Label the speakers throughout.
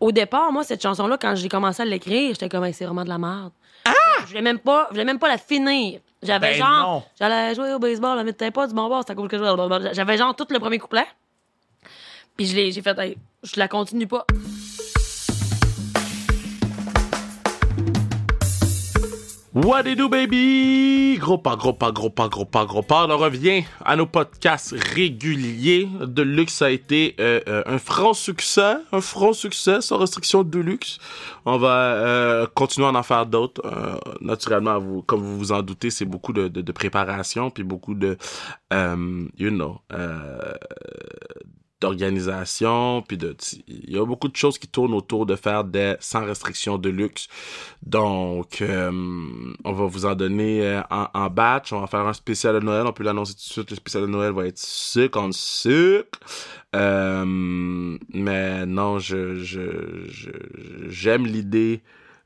Speaker 1: au départ, moi, cette chanson-là, quand j'ai commencé à l'écrire, j'étais comme, Hey, c'est vraiment de la merde. Je voulais même pas, je voulais même pas la finir. J'avais
Speaker 2: Ah! Ben non.
Speaker 1: genre, j'allais jouer au baseball, mais t'es pas du bon bord, c'est à cause que je J'avais genre tout le premier couplet. Puis je l'ai, j'ai fait, Hey, je la continue pas.
Speaker 2: What it do, baby? Gros pas, gros pas, gros pas, gros pas, gros pas. On revient à nos podcasts réguliers. Deluxe a été euh, euh, un franc succès, un franc succès sans restriction de Deluxe. On va euh, continuer à en faire d'autres. Euh, naturellement, vous, comme vous vous en doutez, c'est beaucoup de, de- de préparation, puis beaucoup de, euh, you know, euh, d'organisation, puis de, il y a beaucoup de choses qui tournent autour de faire des sans restriction de luxe. Donc, euh, on va vous en donner euh, en, en batch. On va faire un spécial de Noël. On peut l'annoncer tout de suite. Le spécial de Noël va être sucre en sucre. Euh, mais non, je, je, je- j'aime l'idée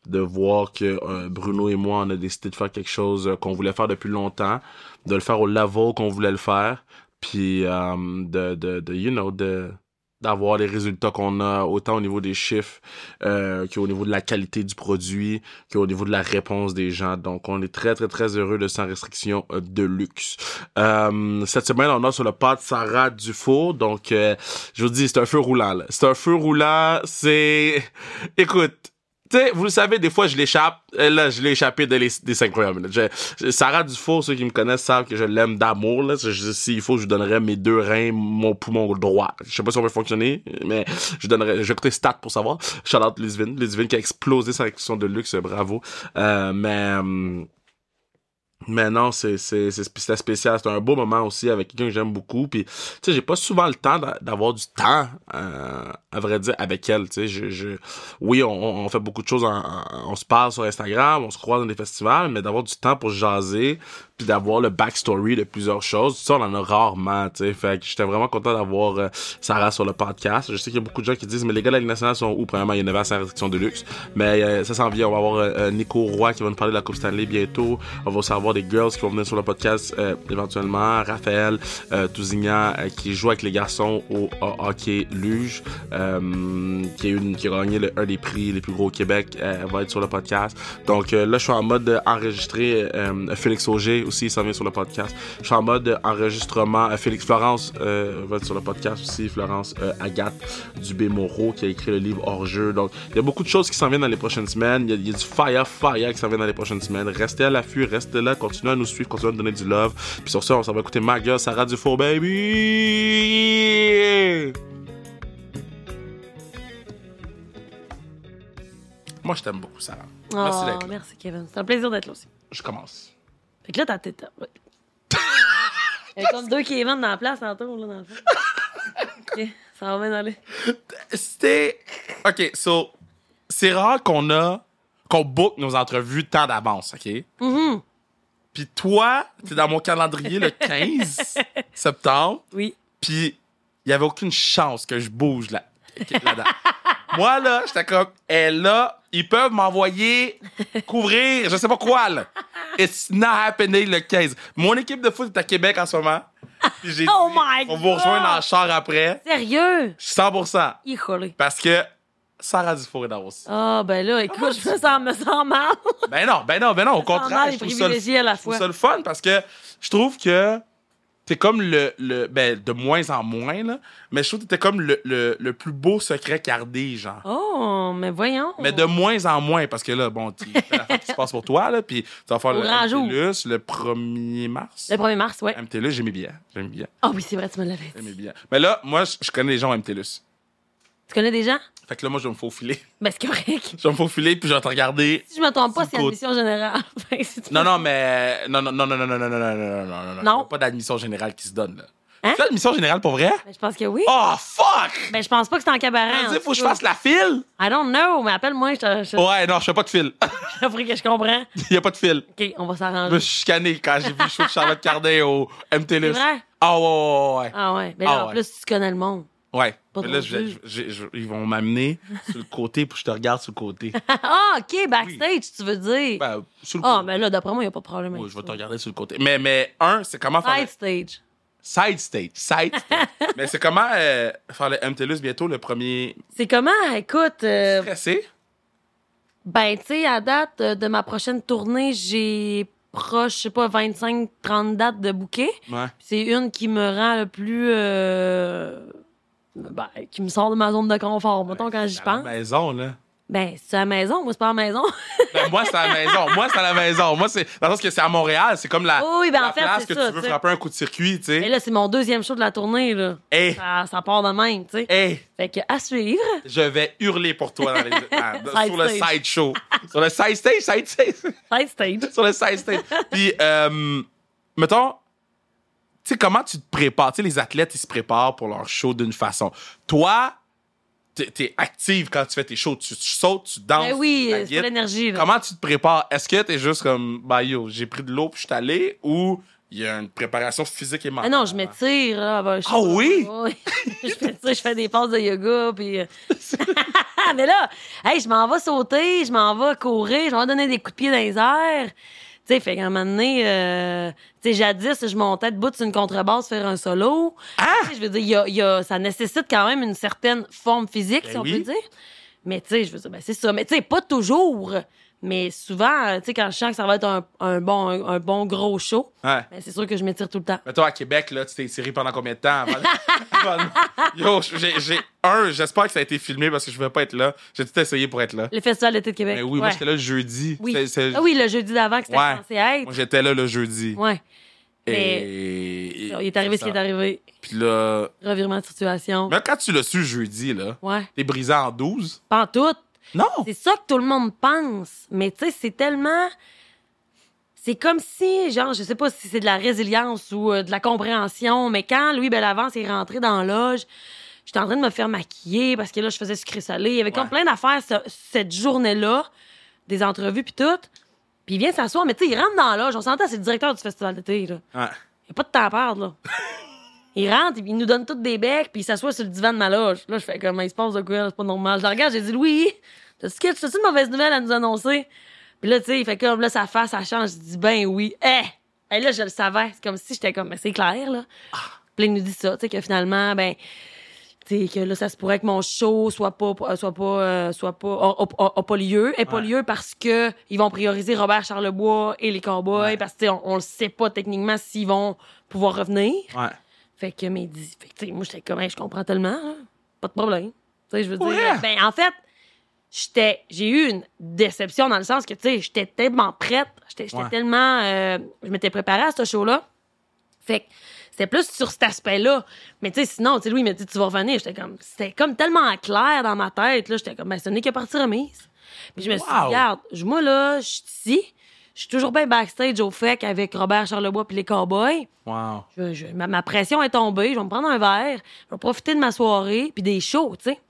Speaker 2: de voir que euh, Bruno et moi, on a décidé de faire quelque chose euh, qu'on voulait faire depuis longtemps, de le faire au level qu'on voulait le faire, puis euh, de, de, de, you know, de d'avoir les résultats qu'on a, autant au niveau des chiffres euh, qu'au niveau de la qualité du produit, qu'au niveau de la réponse des gens. Donc, on est très, très, très heureux de Sans Restriction euh, de luxe. Euh, cette semaine, on a sur le pod Sarah Dufour. Donc, euh, je vous dis, c'est un feu roulant. là. C'est un feu roulant. C'est... Écoute, tu sais, vous le savez, des fois, je l'échappe. Euh, Là, je l'ai échappé dès les, des cinq premières minutes. Je- je- Sarah Dufour, ceux qui me connaissent savent que je l'aime d'amour. Là. Je- je- S'il faut, je lui donnerais mes deux reins, mon poumon droit. Je sais pas si on peut fonctionner, mais je donnerais... Je vais écouter Stat pour savoir. Charlotte Lisvin. Lisvin qui a explosé sa question de luxe. Bravo. Euh, mais... hum, mais non, c'est c'est- c'est- c'était spécial. C'était un beau moment aussi avec quelqu'un que j'aime beaucoup. Puis, tu sais, j'ai pas souvent le temps d'a- d'avoir du temps, euh, à vrai dire, avec elle. Tu sais, je, je- oui, on, on- on fait beaucoup de choses. en- en- on se parle sur Instagram, on se croise dans des festivals, mais d'avoir du temps pour jaser, puis d'avoir le backstory de plusieurs choses, ça, on en a rarement. Tu sais, fait que j'étais vraiment content d'avoir euh, Sarah sur le podcast. Je sais qu'il y a beaucoup de gens qui disent, mais les gars de la Ligue nationale sont où? Premièrement, il y a 9 ans, c'est la restriction de luxe. Mais euh, ça s'en vient. On va avoir euh, euh, Nico Roy qui va nous parler de la Coupe Stanley bientôt. On va aussi avoir des girls qui vont venir sur le podcast euh, éventuellement. Raphaël euh, Tousignan euh, qui joue avec les garçons au, au hockey luge, euh, qui, est une, qui a gagné le- un des prix les plus gros au Québec, euh, va être sur le podcast. Donc euh, là, je suis en mode euh, enregistré. euh, Félix Auger aussi, il s'en vient sur le podcast. Je suis en mode euh, enregistrement. Euh, Félix Florence euh, va être sur le podcast aussi. Florence euh, Agathe Dubé Moreau qui a écrit le livre hors jeu. Donc, il y a beaucoup de choses qui s'en viennent dans les prochaines semaines. Il y a- il y, a du fire, fire qui s'en vient dans les prochaines semaines. Restez à l'affût, restez là, continuez à nous suivre, continuez à nous donner du love. Puis sur ça, on s'en va écouter Maga, Sarah Dufour, baby! Moi, je t'aime beaucoup, Sarah. Merci
Speaker 1: Oh,
Speaker 2: d'être là.
Speaker 1: merci, Kevin. C'est un plaisir d'être là aussi.
Speaker 2: Je commence.
Speaker 1: Fait que là, t'as tête. Ouais. Il y a comme deux Kevin dans la place tantôt, là, dans le fond. OK, ça va bien aller.
Speaker 2: C'était. Ok, so. C'est rare qu'on a. qu'on book nos entrevues tant d'avance, ok? Mm-hmm.
Speaker 1: Mhm.
Speaker 2: Puis toi, t'es dans mon calendrier le 15 septembre.
Speaker 1: Oui.
Speaker 2: Puis il y avait aucune chance que je bouge là. dedans Moi, là, j'étais comme, elle là, ils peuvent m'envoyer couvrir, je sais pas quoi, là. It's not happening le 15. Mon équipe de foot est à Québec en ce moment. Puis j'ai
Speaker 1: Oh
Speaker 2: dit,
Speaker 1: my
Speaker 2: on vous
Speaker 1: God!
Speaker 2: rejoindre en char après.
Speaker 1: Sérieux?
Speaker 2: Je suis 100
Speaker 1: Il est collé.
Speaker 2: Parce que Sarah Dufour est dans aussi.
Speaker 1: Ah, ben là, écoute, je me sens, me sens mal.
Speaker 2: Ben non, ben non, ben non, au contraire.
Speaker 1: mal
Speaker 2: Je
Speaker 1: et
Speaker 2: trouve ça le
Speaker 1: privilégié à la
Speaker 2: Je trouve
Speaker 1: fois.
Speaker 2: ça le fun parce que je trouve que t'es comme le, le. Ben, de moins en moins, là. Mais je trouve que t'es comme le, le, le plus beau secret gardé, genre.
Speaker 1: Oh, mais voyons.
Speaker 2: Mais de moins en moins, parce que là, bon, tu fais l'affaire qui se passe pour toi, là, puis tu vas faire
Speaker 1: Au grand
Speaker 2: le
Speaker 1: jour.
Speaker 2: MTLUS le 1er mars.
Speaker 1: Le 1er mars, ouais.
Speaker 2: MTLUS, j'ai mes billets. J'ai mes billets.
Speaker 1: Ah oui, c'est vrai, tu me l'avais
Speaker 2: J'ai mes
Speaker 1: dit.
Speaker 2: billets. Mais là, moi, je je connais les gens au MTLUS.
Speaker 1: Tu connais des gens?
Speaker 2: Fait que là, moi, je vais me faufiler.
Speaker 1: Ben, c'est correct.
Speaker 2: Je vais me faufiler, puis je vais te regarder.
Speaker 1: Si je me trompe pas,
Speaker 2: C'est
Speaker 1: c'est
Speaker 2: cool.
Speaker 1: admission générale. Ben, Fait que c'est-
Speaker 2: Non, non, mais. Non, non, non, non, non, non, non, non, non, non, non, non, non.
Speaker 1: Non.
Speaker 2: Il y a Pas d'admission générale qui se donne, là.
Speaker 1: Hein?
Speaker 2: C'est l'admission générale pour vrai?
Speaker 1: Ben, je pense que oui.
Speaker 2: Oh, fuck!
Speaker 1: Ben, je pense pas que c'est en cabaret.
Speaker 2: Il
Speaker 1: en
Speaker 2: faut que je
Speaker 1: tout cas.
Speaker 2: fasse Oh! la file?
Speaker 1: I don't know, mais appelle-moi, je te- je te
Speaker 2: Ouais, non, je fais pas de file.
Speaker 1: ferai que je comprends.
Speaker 2: Il y a pas de file.
Speaker 1: OK, on va
Speaker 2: Je me
Speaker 1: s'arranger.
Speaker 2: suis chicané quand j'ai vu le show de Charlotte Cardin au
Speaker 1: C'est
Speaker 2: MTLUS.
Speaker 1: vrai?
Speaker 2: Ah, ouais, ouais, ouais,
Speaker 1: Ah ouais. Mais
Speaker 2: Ah
Speaker 1: là, en
Speaker 2: ouais.
Speaker 1: plus, tu connais le monde.
Speaker 2: ouais. Ouais.
Speaker 1: Ah. Pas
Speaker 2: Mais là,
Speaker 1: trop
Speaker 2: je vais-
Speaker 1: vu.
Speaker 2: je- je- je- ils vont m'amener sur le côté pour que je te regarde sur le côté.
Speaker 1: Ah, OK, backstage, tu veux dire.
Speaker 2: Ben, sur le
Speaker 1: Ah,
Speaker 2: côté.
Speaker 1: mais là, d'après moi, il n'y a pas de problème.
Speaker 2: Ouais,
Speaker 1: avec
Speaker 2: je vais
Speaker 1: ça.
Speaker 2: te regarder sur le côté. Mais, mais un, c'est comment faire.
Speaker 1: Side stage.
Speaker 2: Side stage, side stage. Mais c'est comment euh, faire le MTLUS bientôt, le premier
Speaker 1: C'est comment? Écoute, euh,
Speaker 2: stressé?
Speaker 1: ben, tu sais, à date euh, de ma prochaine tournée, j'ai proche, je sais pas, 25-30 dates de bouquets.
Speaker 2: Ouais.
Speaker 1: C'est une qui me rend le plus. euh, ben, qui me sort de ma zone de confort, mettons, quand j'y
Speaker 2: C'est à la
Speaker 1: pense.
Speaker 2: maison, là.
Speaker 1: Ben, c'est à la maison, moi, c'est pas à la maison.
Speaker 2: Ben, moi, c'est à la maison. Moi, c'est à la maison. Moi, c'est. Dans le sens que c'est à Montréal, c'est comme la,
Speaker 1: Oui, ben, en
Speaker 2: la
Speaker 1: fait,
Speaker 2: place
Speaker 1: c'est
Speaker 2: que
Speaker 1: ça,
Speaker 2: tu veux
Speaker 1: tu sais.
Speaker 2: frapper un coup de circuit, tu
Speaker 1: Mais
Speaker 2: sais. Eh,
Speaker 1: là, c'est mon deuxième show de la tournée, là.
Speaker 2: Hé!
Speaker 1: Ça, ça part de même, tu sais.
Speaker 2: Hé!
Speaker 1: Fait que, à suivre.
Speaker 2: eh, Je vais hurler pour toi dans les- dans- dans- sur le
Speaker 1: Side
Speaker 2: side show. sur le side stage, side stage.
Speaker 1: Side stage.
Speaker 2: sur le side stage. Puis, euh, mettons, tu sais, comment tu te prépares? Tu sais, les athlètes, ils se préparent pour leur show d'une façon. Toi, t'es es active quand tu fais tes shows. Tu, tu sautes, tu danses.
Speaker 1: Ben oui,
Speaker 2: tu
Speaker 1: c'est pas
Speaker 2: baguettes.
Speaker 1: l'énergie, là.
Speaker 2: Comment tu te prépares? Est-ce que t'es juste comme, bah yo, j'ai pris de l'eau puis je suis allé ou il y a une préparation physique et
Speaker 1: Ah
Speaker 2: mentale?
Speaker 1: non, je m'étire, là. ben, je-
Speaker 2: Ah oui?
Speaker 1: Oui. je m'étire, je fais des passes de yoga, puis... euh, Mais là, hey, je m'en vais sauter, je m'en vais courir, je m'en vais donner des coups de pied dans les airs. Tu sais, fait qu'à un moment donné, euh, tu sais, jadis, je montais debout sur une contrebasse faire un solo.
Speaker 2: Ah!
Speaker 1: Tu sais, Je veux dire, il y a- il y a- ça nécessite quand même une certaine forme physique,
Speaker 2: Ben
Speaker 1: si on
Speaker 2: oui.
Speaker 1: peut dire. Mais tu sais, je veux dire, ben, c'est ça. Mais tu sais, pas toujours. Mais souvent, euh, tu sais, quand je sens que ça va être un, un bon, un, un bon gros show,
Speaker 2: Ouais.
Speaker 1: ben, c'est sûr que je m'étire tout le temps.
Speaker 2: Mais toi, à Québec, là, tu t'es tiré pendant combien de temps? avant- avant de- Yo, j'ai j'ai- un, j'espère que ça a été filmé parce que je vais pas être là. J'ai tout essayé pour être là.
Speaker 1: Le Festival d'été de Québec.
Speaker 2: Mais Ben oui, moi,
Speaker 1: Ouais.
Speaker 2: j'étais là le jeudi.
Speaker 1: Oui.
Speaker 2: C'était- c'est-
Speaker 1: Ah oui, le jeudi d'avant que c'était
Speaker 2: Ouais.
Speaker 1: censé être.
Speaker 2: Moi, j'étais là le jeudi.
Speaker 1: Ouais. Mais
Speaker 2: Et...
Speaker 1: il est arrivé ce qui est arrivé.
Speaker 2: Puis là,
Speaker 1: Revirement de situation.
Speaker 2: même quand tu l'as su jeudi, là,
Speaker 1: Ouais.
Speaker 2: t'es brisé en 12.
Speaker 1: Pas en tout.
Speaker 2: Non!
Speaker 1: C'est ça que tout le monde pense. Mais tu sais, c'est tellement. C'est comme si, genre, je sais pas si c'est de la résilience ou euh, de la compréhension, mais quand Louis Bellavance est rentré dans la loge, j'étais en train de me faire maquiller parce que là, je faisais sucré salé. Il y avait comme
Speaker 2: Ouais.
Speaker 1: plein d'affaires ce- cette journée-là, des entrevues puis tout. Puis il vient s'asseoir, mais tu sais, il rentre dans la loge. On s'entend, c'est le directeur du festival d'été, là.
Speaker 2: Ouais.
Speaker 1: Il n'y a pas de temps à perdre, là. il rentre, il nous donne toutes des becs, puis il s'assoit sur le divan de ma loge. Là, je fais comme, il se passe de quoi, c'est pas normal. Je le regarde, j'ai dit, Louis, t'as sketch, t'as-tu une mauvaise nouvelle à nous annoncer? Puis là, tu sais, il fait comme, là, sa face, ça change. Je dis, ben oui. Eh! Et là, je le savais. C'est comme si j'étais comme, mais c'est clair, là. Puis là, il nous dit ça, tu sais, que finalement, ben. tu sais, que là, ça se pourrait que mon show soit pas, euh, soit pas, euh, soit pas, a, a- a- a pas lieu, ait pas
Speaker 2: Ouais.
Speaker 1: lieu parce que ils vont prioriser Robert Charlebois et les Cowboys
Speaker 2: Ouais.
Speaker 1: parce que, tu sais, on, on le sait pas techniquement s'ils vont pouvoir revenir.
Speaker 2: Ouais.
Speaker 1: Fait que, mais dis, fait que, tu sais, moi, j'étais comme, Hey, je comprends tellement, là. Pas de problème. Tu sais, je veux dire.
Speaker 2: Pour vrai?
Speaker 1: Ben, en fait, j'étais, j'ai eu une déception dans le sens que, tu sais, j'étais tellement prête. J'étais j'étais
Speaker 2: Ouais.
Speaker 1: tellement. euh, je m'étais préparée à ce show-là. Fait que c'était plus sur cet aspect-là. Mais, tu sais, sinon, tu sais, Louis il m'a dit, tu vas revenir. J'étais comme, c'était comme tellement clair dans ma tête, là. J'étais comme, ben, ce n'est qu'à partie remise. Puis je me suis dit,
Speaker 2: Wow.
Speaker 1: regarde, je- moi, là, je suis ici. Je suis toujours bien backstage au FEC avec Robert Charlebois puis les Cowboys.
Speaker 2: Wow.
Speaker 1: Je- je- ma, ma pression est tombée, je vais me prendre un verre, je vais profiter de ma soirée, puis des shows, tu sais.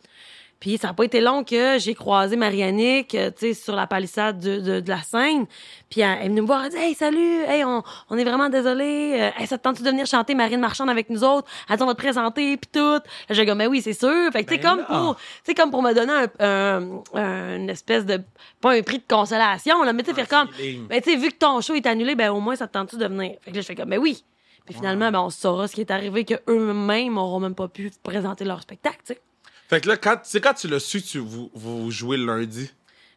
Speaker 1: Puis ça n'a pas été long que j'ai croisé Marianique, euh, tu sais, sur la palissade de, de, de la Seine. Puis elle, elle est venue me voir, elle dit « Hey, salut! Hey, on, on est vraiment désolé. Euh, Hey, ça te tente-tu de venir chanter Marine Marchande avec nous autres? Elle dit « On va te présenter, puis tout. » Là, J'ai comme « Ben oui, c'est sûr. » Fait que tu sais,
Speaker 2: Ben
Speaker 1: comme
Speaker 2: là.
Speaker 1: pour, tu sais, comme pour me donner un, un- une espèce de... Pas un prix de consolation, là, mais tu sais, faire comme...
Speaker 2: feeling.
Speaker 1: Ben tu sais, vu que ton show est annulé, ben au moins ça te tente-tu de venir? Fait que là, je fais comme « Ben oui! » Puis finalement, ben, on saura ce qui est arrivé, qu'eux-mêmes n'auront même pas pu présenter leur spectacle, tu sais.
Speaker 2: Fait que là, quand, c'est quand tu l'as su, tu, vous, vous jouez le lundi.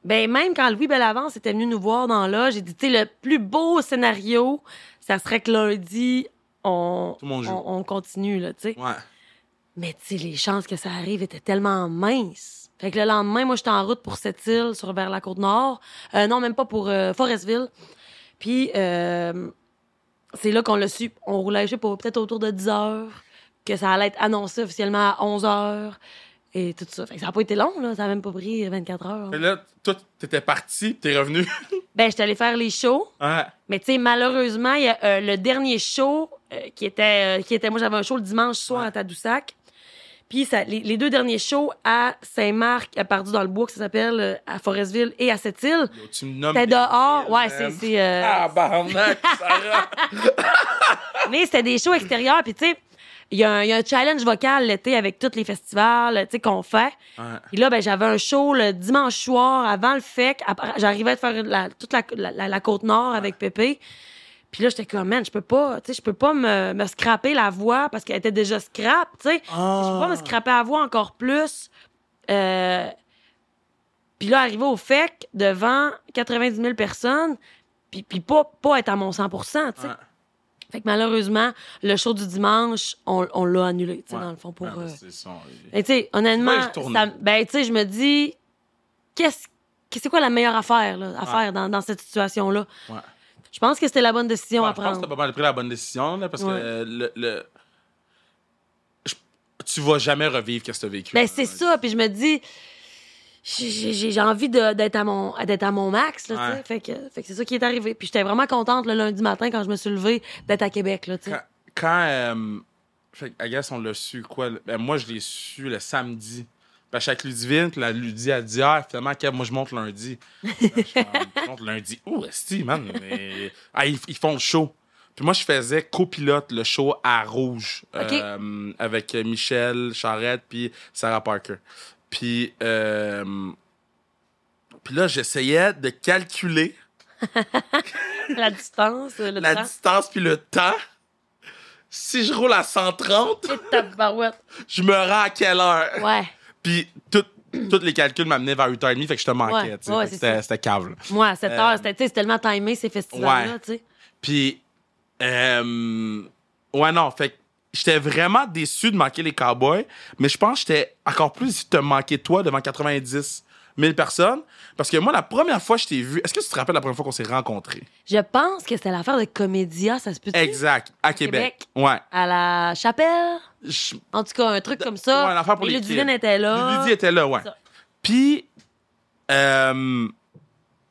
Speaker 1: Ben, même quand Louis Bellavance était venu nous voir dans là, j'ai dit, tu sais, le plus beau scénario, ça serait que lundi, on,
Speaker 2: Tout le monde joue.
Speaker 1: on, on continue, là, tu sais.
Speaker 2: Ouais.
Speaker 1: Mais, tu sais, les chances que ça arrive étaient tellement minces. Fait que le lendemain, moi, j'étais en route pour cette île, sur vers la Côte-Nord. Euh, non, même pas pour euh, Forestville. Puis, euh, c'est là qu'on l'a su. On roulait, je sais pas, peut-être autour de 10 heures, que ça allait être annoncé officiellement à 11 heures. Et tout ça. Fait que ça n'a pas été long, là. Ça a même pas pris 24 heures.
Speaker 2: Fait que là, toi, t'étais parti, t'es revenu.
Speaker 1: Ben, j'étais allée faire les shows.
Speaker 2: ouais.
Speaker 1: Mais tu sais, malheureusement, il y a, euh, le dernier show euh, qui était, euh, qui était, moi j'avais un show le dimanche soir
Speaker 2: Ouais.
Speaker 1: à Tadoussac. Puis ça, les, les deux derniers shows à Saint-Marc, à Pardu dans le bois, que ça s'appelle, euh, à Forestville et à Sept-Îles.
Speaker 2: Yo, tu me nommes.
Speaker 1: C'était
Speaker 2: des
Speaker 1: dehors,
Speaker 2: villes,
Speaker 1: ouais, c'est,
Speaker 2: man.
Speaker 1: c'est, euh,
Speaker 2: Ah, barnac, Sarah.
Speaker 1: mais c'était des shows extérieurs. Puis tu sais, il y, a un- il y a un challenge vocal l'été avec tous les festivals, tu sais, qu'on fait.
Speaker 2: Ouais.
Speaker 1: Puis là, ben, j'avais un show le dimanche soir avant le FEC. Après, J'arrivais à faire la- toute la, la, la- la Côte-Nord avec Pépé. Puis là, j'étais comme, man, je peux pas, tu sais, je peux pas me, me scraper la voix parce qu'elle était déjà scrap, tu sais.
Speaker 2: Ah.
Speaker 1: Je peux pas me scraper la voix encore plus. Euh, puis là, arriver au FEC devant 90 000 personnes, puis, puis pas, pas être à mon 100 tu sais.
Speaker 2: Ouais.
Speaker 1: Fait que malheureusement, le show du dimanche, on, on l'a annulé, tu sais,
Speaker 2: Ouais.
Speaker 1: dans le fond, pour...
Speaker 2: Ouais,
Speaker 1: euh,
Speaker 2: mais c'est son-
Speaker 1: et tu sais, honnêtement,
Speaker 2: Ouais, je tourne.
Speaker 1: ça- ben, tu sais, je me dis, qu'est-ce que c'est quoi la meilleure affaire là, à
Speaker 2: Ouais.
Speaker 1: faire dans, dans cette situation-là?
Speaker 2: Ouais.
Speaker 1: Je pense que c'était la bonne décision
Speaker 2: Ouais,
Speaker 1: à
Speaker 2: Ah, je pense que
Speaker 1: prendre.
Speaker 2: t'as pas mal pris la bonne décision, là, parce
Speaker 1: Ouais.
Speaker 2: que euh, le, le- je- tu vas jamais revivre ce que tu as vécu.
Speaker 1: Ben,
Speaker 2: là.
Speaker 1: c'est ça, puis je me dis, j'ai- j'ai j'ai envie de- d'être à, mon- d'être à mon max, là, tu sais.
Speaker 2: Ouais.
Speaker 1: Fait que, fait que c'est ça qui est arrivé. Puis j'étais vraiment contente le lundi matin quand je me suis levée d'être à Québec, là, tu sais.
Speaker 2: Quand, quand, euh, fait, que, I guess, on l'a su quoi? le- ben, moi, je l'ai su le samedi. Parce que chaque Ludivine, puis la Ludie a dit Ah, finalement, Kev, moi, je monte lundi. Ben, je suis comme, Je monte lundi. Ouh, esti, man. mais- Ah, ils, ils font le show. Puis moi, je faisais copilote le show à Rouge euh, avec Michel Charette puis Sarah Parker. Puis, euh, puis là, j'essayais de calculer
Speaker 1: La distance, le
Speaker 2: la
Speaker 1: temps.
Speaker 2: distance puis le temps. Si je roule à 130,
Speaker 1: Et tabarouette.
Speaker 2: je me rends à quelle heure?
Speaker 1: Ouais.
Speaker 2: Puis tout- tous les calculs m'amenaient vers 8h30, fait que je te manquais.
Speaker 1: Ouais,
Speaker 2: tu sais.
Speaker 1: ouais,
Speaker 2: Fait que
Speaker 1: c'est
Speaker 2: c'était
Speaker 1: ça.
Speaker 2: c'était cave. là.
Speaker 1: Moi, à 7
Speaker 2: Euh,
Speaker 1: heures, c'était tu sais, c'est tellement timé ces festivals-là,
Speaker 2: ouais.
Speaker 1: tu sais.
Speaker 2: Puis, euh, ouais, non, fait que j'étais vraiment déçu de manquer les cowboys, mais je pense que j'étais encore plus déçu de te manquer toi devant 90 000 personnes. Parce que moi, la première fois que je t'ai vu, est-ce que tu te rappelles la première fois qu'on s'est rencontrés?
Speaker 1: Je pense que c'était l'affaire de Comédia, ça se peut
Speaker 2: Exact, à Québec. Ouais.
Speaker 1: à la chapelle.
Speaker 2: Je-
Speaker 1: En tout cas, un truc comme
Speaker 2: Ouais,
Speaker 1: ça.
Speaker 2: une affaire pour
Speaker 1: Et
Speaker 2: les
Speaker 1: Ludivine
Speaker 2: kids.
Speaker 1: était là.
Speaker 2: Lydie était là, ouais.
Speaker 1: Ça.
Speaker 2: Puis, euh,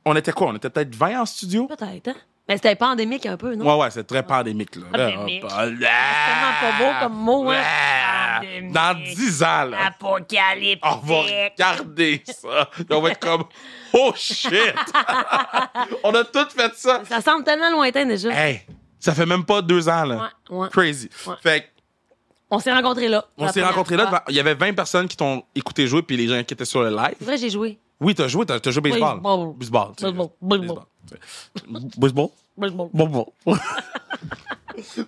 Speaker 2: on était quoi? On était peut-être 20 en studio?
Speaker 1: Peut-être, hein? Mais c'était pandémique un peu, non?
Speaker 2: Ouais, ouais, c'est très pandémique, là. Là,
Speaker 1: Pandémique.
Speaker 2: on-
Speaker 1: C'est tellement pas beau comme mot, hein.
Speaker 2: Ah!
Speaker 1: Pandémique.
Speaker 2: Dans 10 ans, là,
Speaker 1: Apocalyptique.
Speaker 2: on va regarder ça. Et on va être comme, oh shit! on a tout fait ça.
Speaker 1: Ça semble tellement lointain déjà.
Speaker 2: Hey, ça fait même pas deux ans,
Speaker 1: Ouais,
Speaker 2: là.
Speaker 1: ouais.
Speaker 2: Crazy.
Speaker 1: Ouais.
Speaker 2: Fait que
Speaker 1: On s'est rencontrés là.
Speaker 2: on
Speaker 1: La
Speaker 2: s'est
Speaker 1: première
Speaker 2: rencontrés là.
Speaker 1: fois.
Speaker 2: devant- Il y avait 20 personnes qui t'ont écouté jouer, puis les gens qui étaient sur le
Speaker 1: C'est
Speaker 2: live.
Speaker 1: vrai, j'ai joué.
Speaker 2: Oui, t'as joué, t'as t'as joué baseball.
Speaker 1: Baseball.
Speaker 2: Baseball. tu sais.
Speaker 1: Baseball. Baseball.
Speaker 2: Baseball. Baseball. Bon, bon.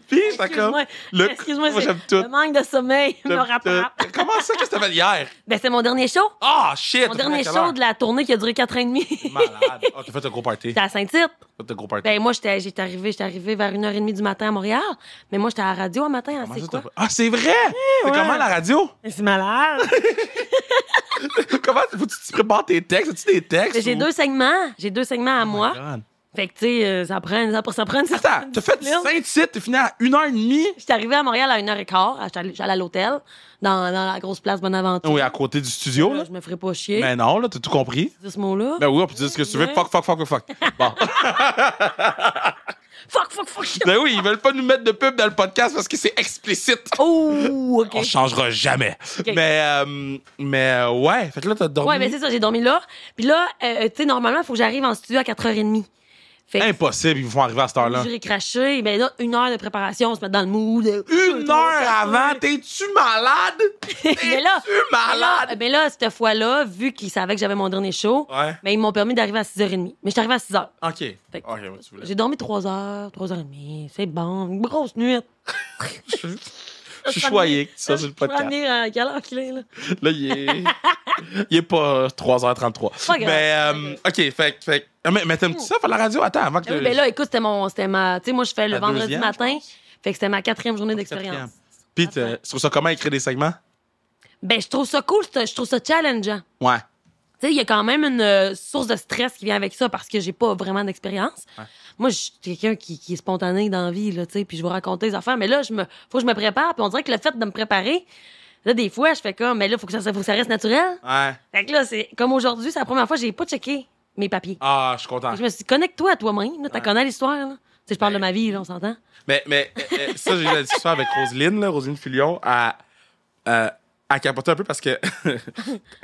Speaker 2: Puis, j'étais comme.
Speaker 1: Excuse-moi,
Speaker 2: le-
Speaker 1: Excuse-moi,
Speaker 2: moi,
Speaker 1: c'est-
Speaker 2: j'aime tout.
Speaker 1: Le manque de sommeil me
Speaker 2: Le-
Speaker 1: rattrape.
Speaker 2: le- Comment ça, qu'est-ce que t'as fait hier?
Speaker 1: Ben, c'est mon dernier show.
Speaker 2: Ah, shit!
Speaker 1: Mon
Speaker 2: t'as fait
Speaker 1: dernier
Speaker 2: à quelle heure?
Speaker 1: show de la tournée qui a duré 4 ans et demi.
Speaker 2: Malade. Ah, t'as fait un gros party.
Speaker 1: J'étais
Speaker 2: T'as
Speaker 1: à Saint-Tite.
Speaker 2: fait un gros party.
Speaker 1: Ben, moi, j'étais j'étais arrivée, j'étais arrivée vers 1h30 du matin à Montréal. Mais moi, j'étais à la radio un matin. hein,
Speaker 2: Comment
Speaker 1: C'est quoi?
Speaker 2: ça,
Speaker 1: Eh,
Speaker 2: t'as fait- Ah, c'est vrai! C'est
Speaker 1: ouais.
Speaker 2: comment la radio?
Speaker 1: Mais C'est malade.
Speaker 2: comment faut que tu te prépares tes textes? As-tu des textes?
Speaker 1: Ben, J'ai
Speaker 2: ou-
Speaker 1: deux segments. J'ai deux segments à
Speaker 2: Oh my
Speaker 1: moi.
Speaker 2: God.
Speaker 1: Fait que, tu sais, euh, ça prend, ça, ça prend une
Speaker 2: Attends,
Speaker 1: certaine
Speaker 2: t'as fait
Speaker 1: discipline.
Speaker 2: 5 titres, t'es fini à 1h30?
Speaker 1: J'étais arrivée à Montréal à 1h15. J'étais allée- J'allais à l'hôtel, dans, dans la grosse place Bonaventure.
Speaker 2: Oui, Ben, à côté du studio, là.
Speaker 1: Je me ferais pas chier.
Speaker 2: Mais non, là, t'as tout compris.
Speaker 1: Dis ce mot-là.
Speaker 2: Ben oui, on peut dire ce que tu veux.
Speaker 1: Ouais.
Speaker 2: Fuck, fuck, fuck, fuck. Bon.
Speaker 1: Fuck, fuck, fuck. shit.
Speaker 2: ben oui, ils veulent pas nous mettre de pub dans le podcast parce que c'est explicite.
Speaker 1: Oh, OK.
Speaker 2: On changera jamais.
Speaker 1: Ok.
Speaker 2: Mais, euh, mais euh, ouais, fait que là, t'as dormi.
Speaker 1: Ouais, ben c'est ça, j'ai dormi là. Puis là, euh, tu sais, normalement, il faut que j'arrive en studio à 4h30. Fait que
Speaker 2: Impossible, ils vont arriver à cette heure-là.
Speaker 1: J'ai craché. Ben là, une heure de préparation, on se met dans le mood. Euh,
Speaker 2: Une heure avant, t'es-tu malade?
Speaker 1: Mais là,
Speaker 2: T'es-tu malade?
Speaker 1: Mais là, cette fois-là, vu qu'ils savaient que j'avais mon dernier show,
Speaker 2: Ouais.
Speaker 1: ben, ils m'ont permis d'arriver à 6h30. Mais je suis arrivée à 6h.
Speaker 2: OK.
Speaker 1: Fait que-
Speaker 2: OK, moi, tu voulais.
Speaker 1: J'ai dormi 3 heures, 3h30. C'est bon. Une grosse nuit.
Speaker 2: Je suis choyé que tu sois sur le
Speaker 1: Je
Speaker 2: podcast.
Speaker 1: peux venir à quelle heure qu'il est, là?
Speaker 2: Là, il est... il est pas euh, 3h33.
Speaker 1: Pas grave.
Speaker 2: Mais, euh, OK, fait que... fait que- Ah, Mais, mais t'aimes-tu ça, faire la radio? Attends, avant que...
Speaker 1: Ah oui, ben là, écoute, c'était mon. C'était ma. Tu sais, moi, je fais le
Speaker 2: La
Speaker 1: vendredi
Speaker 2: deuxième, je
Speaker 1: matin.
Speaker 2: pense.
Speaker 1: Fait que c'était ma quatrième journée
Speaker 2: Quatrième.
Speaker 1: d'expérience.
Speaker 2: Puis, tu euh, tu trouves ça comment écrire des segments?
Speaker 1: Ben, je trouve ça cool, c'est- je trouve ça challengeant.
Speaker 2: Ouais.
Speaker 1: Tu sais, il y a quand même une euh, source de stress qui vient avec ça parce que j'ai pas vraiment d'expérience.
Speaker 2: Ouais.
Speaker 1: Moi, je suis quelqu'un qui, qui est spontané dans la vie, là, tu sais, puis je vais raconter des affaires. Mais là, je me, faut que je me prépare. Puis on dirait que le fait de me préparer, là, des fois, je fais comme, mais là, faut que ça, faut que ça reste naturel.
Speaker 2: Ouais.
Speaker 1: Fait que là, c'est comme aujourd'hui, c'est la première fois que j'ai pas checké mes papiers.
Speaker 2: Ah, je suis content.
Speaker 1: Fait que Je me suis dit, connecte-toi à toi-même, là, t'as
Speaker 2: Ouais. Ben,
Speaker 1: connais l'histoire, là. Tu sais, je parle de ma vie, là, on s'entend.
Speaker 2: Mais, mais euh, euh, ça, j'ai eu la discussion avec Roselyne, là, Roselyne Filion, à, à, à capoter un peu parce que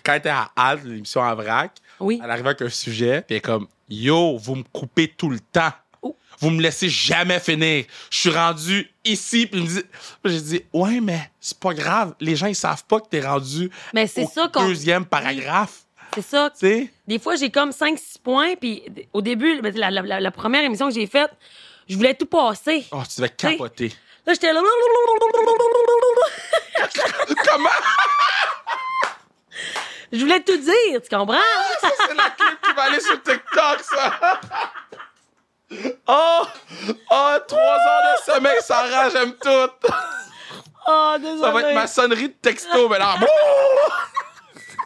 Speaker 2: quand elle était à Halte, l'émission en vrac,
Speaker 1: Oui.
Speaker 2: elle arrivait avec un sujet, puis elle est comme Yo, vous me coupez tout le temps.
Speaker 1: Oh.
Speaker 2: Vous me laissez jamais finir. Je suis rendu ici, puis elle me dit. Puis J'ai dit Ouais, mais c'est pas grave. Les gens, ils savent pas que t'es rendu
Speaker 1: Mais c'est
Speaker 2: au
Speaker 1: ça qu'on-
Speaker 2: deuxième paragraphe.
Speaker 1: C'est ça.
Speaker 2: Tu sais
Speaker 1: Des fois, j'ai comme 5-6 points, puis d- au début, ben, la, la- la- la première émission que j'ai faite, Je voulais tout passer.
Speaker 2: Oh, tu devais capoter.
Speaker 1: Là, j'étais là.
Speaker 2: Comment?
Speaker 1: Je voulais tout dire, tu comprends?
Speaker 2: Ça, c'est la clip qui va aller sur TikTok, ça! Oh! Oh, trois heures de sommeil, Sarah, j'aime tout!
Speaker 1: Oh, désolé.
Speaker 2: Ah, Ça va être ma sonnerie de texto, mais là, bouh!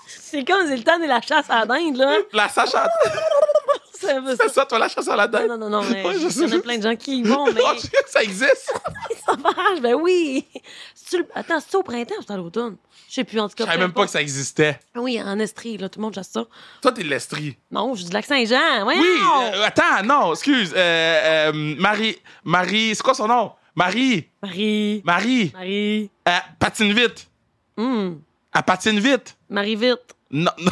Speaker 1: C'est comme c'est le temps de la chasse à la dinde, là.
Speaker 2: la sache à
Speaker 1: C'est un peu
Speaker 2: C'est
Speaker 1: ça.
Speaker 2: ça, toi, la chasse à la dinde?
Speaker 1: Non, non, non, mais
Speaker 2: Ouais, je
Speaker 1: il y en
Speaker 2: sais.
Speaker 1: a plein de gens qui y vont, mais
Speaker 2: Oh, shit, ça existe!
Speaker 1: ils s'en fâchent, ben oui. C'est-tu le- Attends, c'est au printemps ou c'est à l'automne? Je sais plus, en tout
Speaker 2: Je
Speaker 1: cas.
Speaker 2: savais
Speaker 1: peu
Speaker 2: même pas que
Speaker 1: importe.
Speaker 2: ça existait.
Speaker 1: Oui, en Estrie, là, tout le monde chasse ça.
Speaker 2: Toi, t'es de l'Estrie.
Speaker 1: Non, je dis lac Saint-Jean, ouais.
Speaker 2: Oui! euh, attends, non, excuse. Euh, euh, Marie. Marie, c'est quoi son nom? Marie!
Speaker 1: Marie,
Speaker 2: Marie!
Speaker 1: Marie,
Speaker 2: Elle patine vite!
Speaker 1: hum,
Speaker 2: Elle patine vite!
Speaker 1: Marie vite.
Speaker 2: Non, non.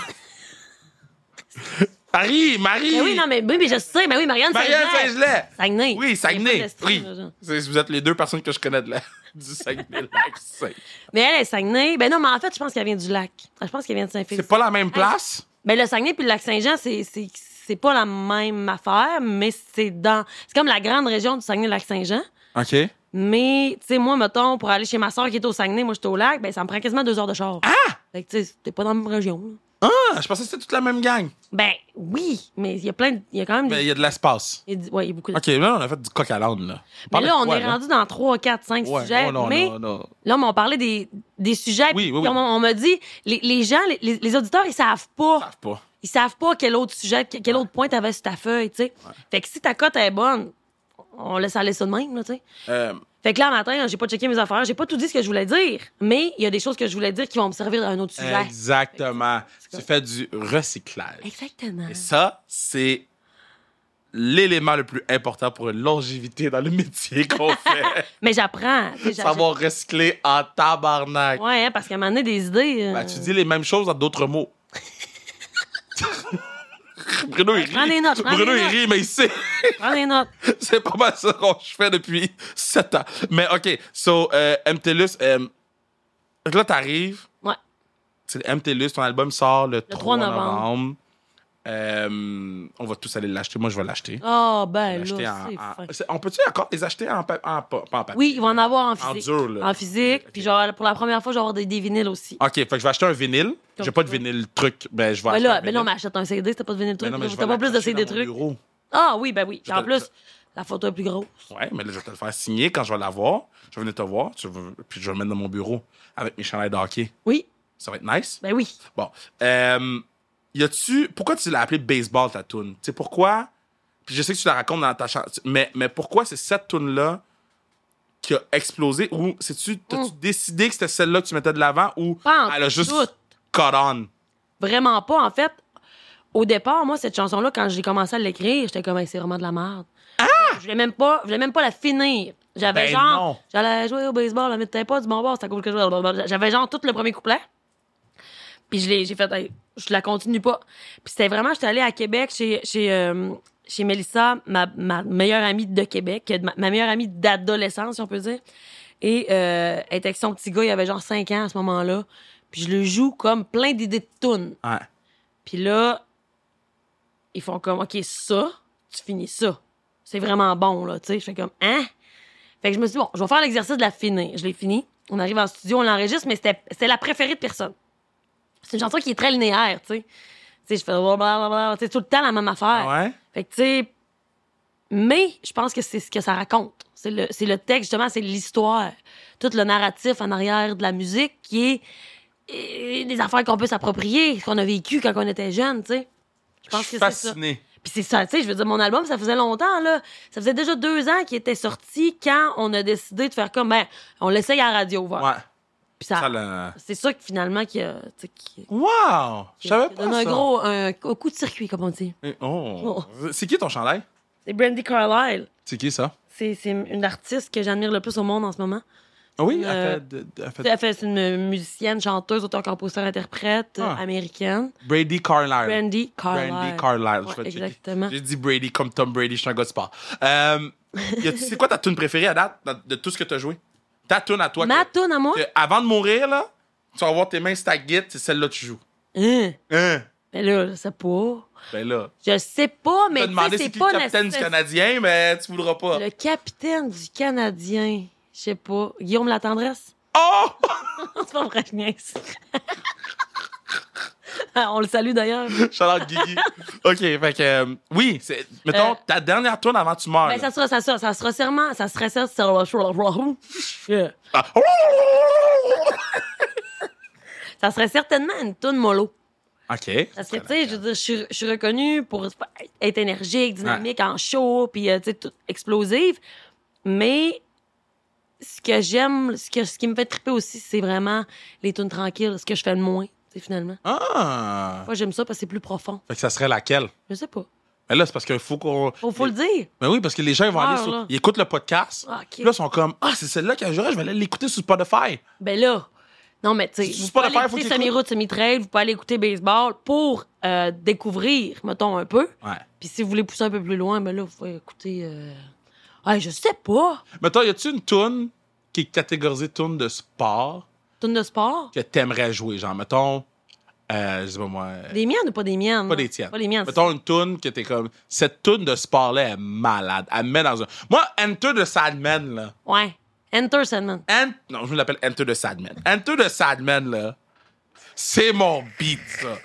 Speaker 2: Marie! Marie!
Speaker 1: Ben oui, non, mais, oui, mais je sais, ben oui, Marianne
Speaker 2: Marianne
Speaker 1: Saint-Jean.
Speaker 2: Saint-Gelais!
Speaker 1: Saguenay.
Speaker 2: Oui,
Speaker 1: Il y a pas
Speaker 2: Saguenay.
Speaker 1: d'Estrie,
Speaker 2: Oui.
Speaker 1: là, genre.
Speaker 2: C'est- Vous êtes les deux personnes que je connais de la, du Saguenay. lac Saint.
Speaker 1: Mais elle est Saguenay. Ben non, mais en fait, je pense qu'elle vient du lac. Je pense qu'elle vient de Saint-Félix.
Speaker 2: C'est pas la même place?
Speaker 1: Ben, le Saguenay puis le lac Saint-Jean, c'est, c'est, c'est pas la même affaire, mais c'est dans. C'est comme la grande région du Saguenay-Lac Saint-Jean.
Speaker 2: Ah. OK.
Speaker 1: Mais, tu sais, moi, mettons, pour aller chez ma soeur qui est au Saguenay, moi, j'étais au lac, ben, ça me prend quasiment deux heures de char.
Speaker 2: Ah!
Speaker 1: Fait que, tu sais, t'es pas dans la même région. là.
Speaker 2: Ah! Je pensais que c'était toute la même gang.
Speaker 1: Ben, oui, mais il y a plein de. Il y a quand même
Speaker 2: Mais Ben, il
Speaker 1: des.
Speaker 2: y a de l'espace.
Speaker 1: il y a du- Ouais, il y a beaucoup de.
Speaker 2: OK, là, on a fait du coq à l'âne, là.
Speaker 1: Mais
Speaker 2: Parle
Speaker 1: là,
Speaker 2: de
Speaker 1: on
Speaker 2: quoi,
Speaker 1: est rendu dans 3, 4, 5
Speaker 2: Ouais,
Speaker 1: sujets.
Speaker 2: non, non,
Speaker 1: mais
Speaker 2: non, non.
Speaker 1: là, on parlait des, des sujets.
Speaker 2: Oui,
Speaker 1: puis
Speaker 2: oui, oui.
Speaker 1: On, on m'a dit, les, les gens, les- les, les auditeurs, ils savent pas.
Speaker 2: Ils savent pas.
Speaker 1: ils savent pas quel autre sujet, que- quel autre point t'avais sur ta feuille, tu sais. Fait que si ta cote est bonne, on laisse aller ça de même, là, tu sais.
Speaker 2: Euh,
Speaker 1: Fait que là, le matin, hein, j'ai pas checké mes affaires, j'ai pas tout dit ce que je voulais dire, mais il y a des choses que je voulais dire qui vont me servir à un autre sujet.
Speaker 2: exactement.
Speaker 1: C'est
Speaker 2: Tu
Speaker 1: quoi?
Speaker 2: fais du recyclage.
Speaker 1: Exactement.
Speaker 2: Et ça, c'est l'élément le plus important pour une longévité dans le métier qu'on fait.
Speaker 1: Mais j'apprends. tu sais, j'a-
Speaker 2: Savoir recycler en tabarnak.
Speaker 1: Ouais, hein, parce qu'à un moment donné, des idées. euh,
Speaker 2: Ben, tu dis les mêmes choses dans d'autres mots. Bruno, il rit.
Speaker 1: Prends des notes, prends
Speaker 2: Bruno,
Speaker 1: des
Speaker 2: il
Speaker 1: notes.
Speaker 2: rit, mais il sait.
Speaker 1: Prends des notes.
Speaker 2: C'est pas mal ça qu'on fait depuis sept ans. Mais OK, so, euh, MTLUS, euh, donc là, t'arrives.
Speaker 1: Ouais.
Speaker 2: C'est MTLUS, ton album sort le, 3
Speaker 1: 3
Speaker 2: novembre.
Speaker 1: novembre.
Speaker 2: Euh, on va tous aller l'acheter. Moi, je vais l'acheter.
Speaker 1: Ah, ben
Speaker 2: L'acheter
Speaker 1: là,
Speaker 2: en-
Speaker 1: c'est
Speaker 2: en-
Speaker 1: fin.
Speaker 2: c'est- On peut-tu encore les acheter en, pa- en pa- pas en papier?
Speaker 1: Oui, ils vont en avoir en
Speaker 2: En
Speaker 1: physique.
Speaker 2: dur, là.
Speaker 1: En physique.
Speaker 2: Ok.
Speaker 1: Puis genre, pour la première fois, je vais avoir des, des vinyles aussi.
Speaker 2: OK, fait que je vais acheter un vinyle.
Speaker 1: Comme
Speaker 2: J'ai pas
Speaker 1: tu
Speaker 2: de
Speaker 1: veux.
Speaker 2: vinyle truc. Ben, je vais
Speaker 1: Ben
Speaker 2: acheter un
Speaker 1: là, ben là, on
Speaker 2: vinyle.
Speaker 1: m'achète un CD, t'as pas de vinyle
Speaker 2: Ben
Speaker 1: truc.
Speaker 2: non, mais je vais
Speaker 1: T'as pas plus de
Speaker 2: l'attacher
Speaker 1: CD
Speaker 2: dans mon
Speaker 1: truc.
Speaker 2: bureau.
Speaker 1: Ah oui, ben oui.
Speaker 2: Je
Speaker 1: Puis en
Speaker 2: te-
Speaker 1: plus, la photo est plus grosse.
Speaker 2: Ouais, mais là, je vais te le faire signer quand je vais l'avoir. Je vais venir te voir, tu veux- puis je vais le mettre dans mon bureau avec mes chandails de hockey.
Speaker 1: Oui,
Speaker 2: Ça va être nice.
Speaker 1: ben oui.
Speaker 2: Bon. Euh, y a-tu. Pourquoi tu l'as appelé baseball, ta toune? Tu sais, pourquoi. Puis je sais que tu la racontes dans ta chanson. Mais, mais pourquoi c'est cette toune-là qui a explosé? Ou sais-tu, t'as-tu décidé que c'était celle-là que tu mettais de l'avant ou
Speaker 1: Mm. Pas en
Speaker 2: elle a juste
Speaker 1: tout.
Speaker 2: caught on?
Speaker 1: Vraiment pas. En fait, au départ, moi, cette chanson-là, quand j'ai commencé à l'écrire, j'étais comme, Hey, c'est vraiment de la merde. Je voulais même pas, je voulais même pas la finir. J'avais
Speaker 2: Ah! Ben non.
Speaker 1: genre, j'allais jouer au baseball, mais t'es pas du bon bord, c'est à cause que je- J'avais genre tout le premier couplet. Puis je l'ai, j'ai fait, Hey, je la continue pas. Puis c'était vraiment, j'étais allée à Québec chez, chez, euh, chez Mélissa, ma, ma meilleure amie de Québec, ma, ma meilleure amie d'adolescence, si on peut dire. Et euh, elle était avec son petit gars, il avait genre 5 ans à ce moment-là. Puis je le joue comme plein d'idées de tunes.
Speaker 2: Ouais.
Speaker 1: Puis là, ils font comme, OK, ça, tu finis ça. C'est vraiment bon, là, tu sais. Je fais comme, hein? Fait que je me suis dit, bon, je vais faire l'exercice de la finir. Je l'ai fini. On arrive en studio, on l'enregistre, mais c'était c'était la préférée de personne. C'est une chanson qui est très linéaire, tu sais. Tu sais, je fais blablabla, tu sais, tout le temps la même affaire.
Speaker 2: Ah Ouais.
Speaker 1: Fait que, tu sais, mais je pense que c'est ce que ça raconte. C'est le, c'est le texte, justement, c'est l'histoire. Tout le narratif en arrière de la musique qui est, est des affaires qu'on peut s'approprier, ce qu'on a vécu quand on était jeune, tu sais. Je
Speaker 2: Je
Speaker 1: pense que
Speaker 2: suis
Speaker 1: c'est ça.
Speaker 2: fasciné.
Speaker 1: Puis c'est ça, tu sais, je veux dire, mon album, ça faisait longtemps, là. Ça faisait déjà deux ans qu'il était sorti quand on a décidé de faire comme, ben, on l'essaye à la radio, voir.
Speaker 2: Ouais.
Speaker 1: Puis ça,
Speaker 2: Ça, là.
Speaker 1: c'est ça que finalement, qui a, tu sais, qui,
Speaker 2: Wow! Je
Speaker 1: qui
Speaker 2: savais
Speaker 1: qui
Speaker 2: pas.
Speaker 1: donne un
Speaker 2: ça.
Speaker 1: gros un coup de circuit, comme on dit.
Speaker 2: Eh, Oh. C'est qui ton chandail?
Speaker 1: C'est Brandy Carlyle.
Speaker 2: C'est qui ça?
Speaker 1: C'est c'est une artiste que j'admire le plus au monde en ce moment.
Speaker 2: Ah oui, elle
Speaker 1: Euh,
Speaker 2: fait, de- de- elle fait
Speaker 1: Elle fait c'est une musicienne, chanteuse, auteur, compositeur, interprète euh,
Speaker 2: Ah.
Speaker 1: américaine.
Speaker 2: Brady Carlisle.
Speaker 1: Brandy Carlyle.
Speaker 2: Brandy Carlisle.
Speaker 1: Ouais,
Speaker 2: Je vais checker.
Speaker 1: exactement.
Speaker 2: J'ai dit Brady comme Tom Brady, je suis un gars de sport. Euh, y a-tu- c'est quoi ta tune préférée à date dans- de tout ce que t'as joué? Ta tune à toi.
Speaker 1: Ma
Speaker 2: que-
Speaker 1: toune à moi?
Speaker 2: que avant de mourir, là, tu vas voir tes mains, c'est ta guide, c'est celle-là que tu joues.
Speaker 1: Hein.
Speaker 2: Hein?
Speaker 1: Ben là, je sais pas.
Speaker 2: Ben là,
Speaker 1: Je sais pas,
Speaker 2: t'as
Speaker 1: mais tu
Speaker 2: demandé
Speaker 1: sais,
Speaker 2: c'est
Speaker 1: c'est
Speaker 2: qui le
Speaker 1: pas
Speaker 2: capitaine du
Speaker 1: nécessaire-
Speaker 2: Canadien, mais tu voudras pas.
Speaker 1: Le capitaine du Canadien. Je sais pas. Guillaume Latendresse?
Speaker 2: Oh!
Speaker 1: c'est pas vrai, je niaise. Ah, On le salue d'ailleurs.
Speaker 2: Charlotte Guigui. OK, fait que, euh, oui, c'est, mettons,
Speaker 1: Euh,
Speaker 2: ta dernière tourne avant que tu meurs.
Speaker 1: Ben,
Speaker 2: Ah,
Speaker 1: ça
Speaker 2: là.
Speaker 1: sera ça, ça, ça sera serment, ça serait ça sur le show. Yeah.
Speaker 2: Ah.
Speaker 1: Ça serait certainement une toune mollo.
Speaker 2: OK.
Speaker 1: Parce que, tu sais, je veux dire, je suis- je suis reconnue pour être énergique, dynamique, en show, puis, euh, tu sais, tout explosive. Mais ce que j'aime, ce, que- ce qui me fait triper aussi, c'est vraiment les tunes tranquilles, ce que je fais le moins, tu sais, finalement.
Speaker 2: Ah!
Speaker 1: Moi, j'aime ça parce que c'est plus profond.
Speaker 2: Fait que ça serait laquelle?
Speaker 1: Je sais pas.
Speaker 2: Mais là, c'est parce qu'il faut qu'on.
Speaker 1: Faut, faut le dire.
Speaker 2: Mais Ben oui, parce que les gens ils vont aller
Speaker 1: Ah,
Speaker 2: sur.
Speaker 1: là.
Speaker 2: Ils écoutent le podcast.
Speaker 1: Ah,
Speaker 2: Puis
Speaker 1: OK.
Speaker 2: là, ils sont comme Ah, c'est celle-là que j'aurais, je vais aller l'écouter sur Spotify.
Speaker 1: Ben là, non, mais tu sais,
Speaker 2: C'est
Speaker 1: vous
Speaker 2: pas
Speaker 1: pouvez
Speaker 2: l'affaire,
Speaker 1: aller
Speaker 2: faut
Speaker 1: écouter
Speaker 2: qu'il écoute.
Speaker 1: semi-route, semi-trail, vous pouvez aller écouter baseball pour euh, découvrir, mettons, un peu.
Speaker 2: Ouais.
Speaker 1: Puis si vous voulez pousser un peu plus loin, ben là, vous pouvez écouter... Euh... Ah, je sais pas.
Speaker 2: Mais toi, y a-tu une tune qui est catégorisée tune de sport
Speaker 1: Tune de sport.
Speaker 2: que t'aimerais jouer? Genre, mettons, euh, je sais pas moi. euh,
Speaker 1: Des miennes ou pas des miennes?
Speaker 2: Pas des tiennes.
Speaker 1: Pas des miennes.
Speaker 2: Mettons une tune que t'es comme. Cette tune de sport-là est malade. Elle me met dans un. Moi, Enter the Sadman, là.
Speaker 1: Ouais. Enter Sandman.
Speaker 2: Ent- Non, je l'appelle Enter the Sadman. Enter the Sadman, là. C'est mon beat, ça.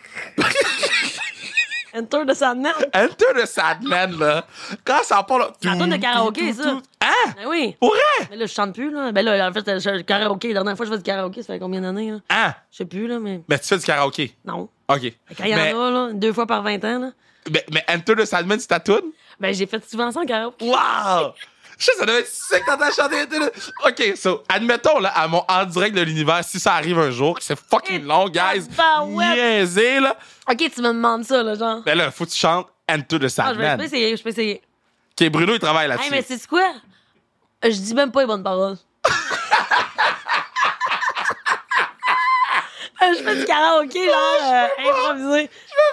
Speaker 1: Enter the Sandman.
Speaker 2: Enter the Sadman, là. Quand ça part, là.
Speaker 1: La tune de karaoké,
Speaker 2: tout,
Speaker 1: ça.
Speaker 2: tout. Hein?
Speaker 1: Ben oui.
Speaker 2: Pour vrai?
Speaker 1: Mais là, je chante plus, là. Ben là, en fait, je- je- karaoké. La dernière fois que je fais du karaoké, ça fait combien d'années, là?
Speaker 2: Hein?
Speaker 1: Je sais plus, là, mais
Speaker 2: Mais tu fais du karaoké.
Speaker 1: non.
Speaker 2: OK.
Speaker 1: Quand il y en
Speaker 2: mais,
Speaker 1: a, là, deux fois par 20 ans, là,
Speaker 2: mais, mais Enter the Sadman, c'est ta tune?
Speaker 1: ben j'ai fait souvent ça en karaoké.
Speaker 2: Wow! Je sais, ça devait être sick quand t'as chanté. Enter the- OK, so, admettons, là, à mon en direct de l'univers, si ça arrive un jour, que c'est fucking
Speaker 1: Eh,
Speaker 2: long, guys.
Speaker 1: tabarouette!
Speaker 2: Niaisé, là.
Speaker 1: OK, tu me demandes ça, là, genre.
Speaker 2: Ben là, faut que tu chantes Enter
Speaker 1: Ah, je
Speaker 2: the
Speaker 1: vais je
Speaker 2: Sadman.
Speaker 1: peux essayer, je peux essayer.
Speaker 2: OK, Bruno, il travaille
Speaker 1: Hey,
Speaker 2: là-dessus.
Speaker 1: mais c'est quoi? Je dis même pas les bonnes paroles. je fais du karaoké, genre, euh, improvisé.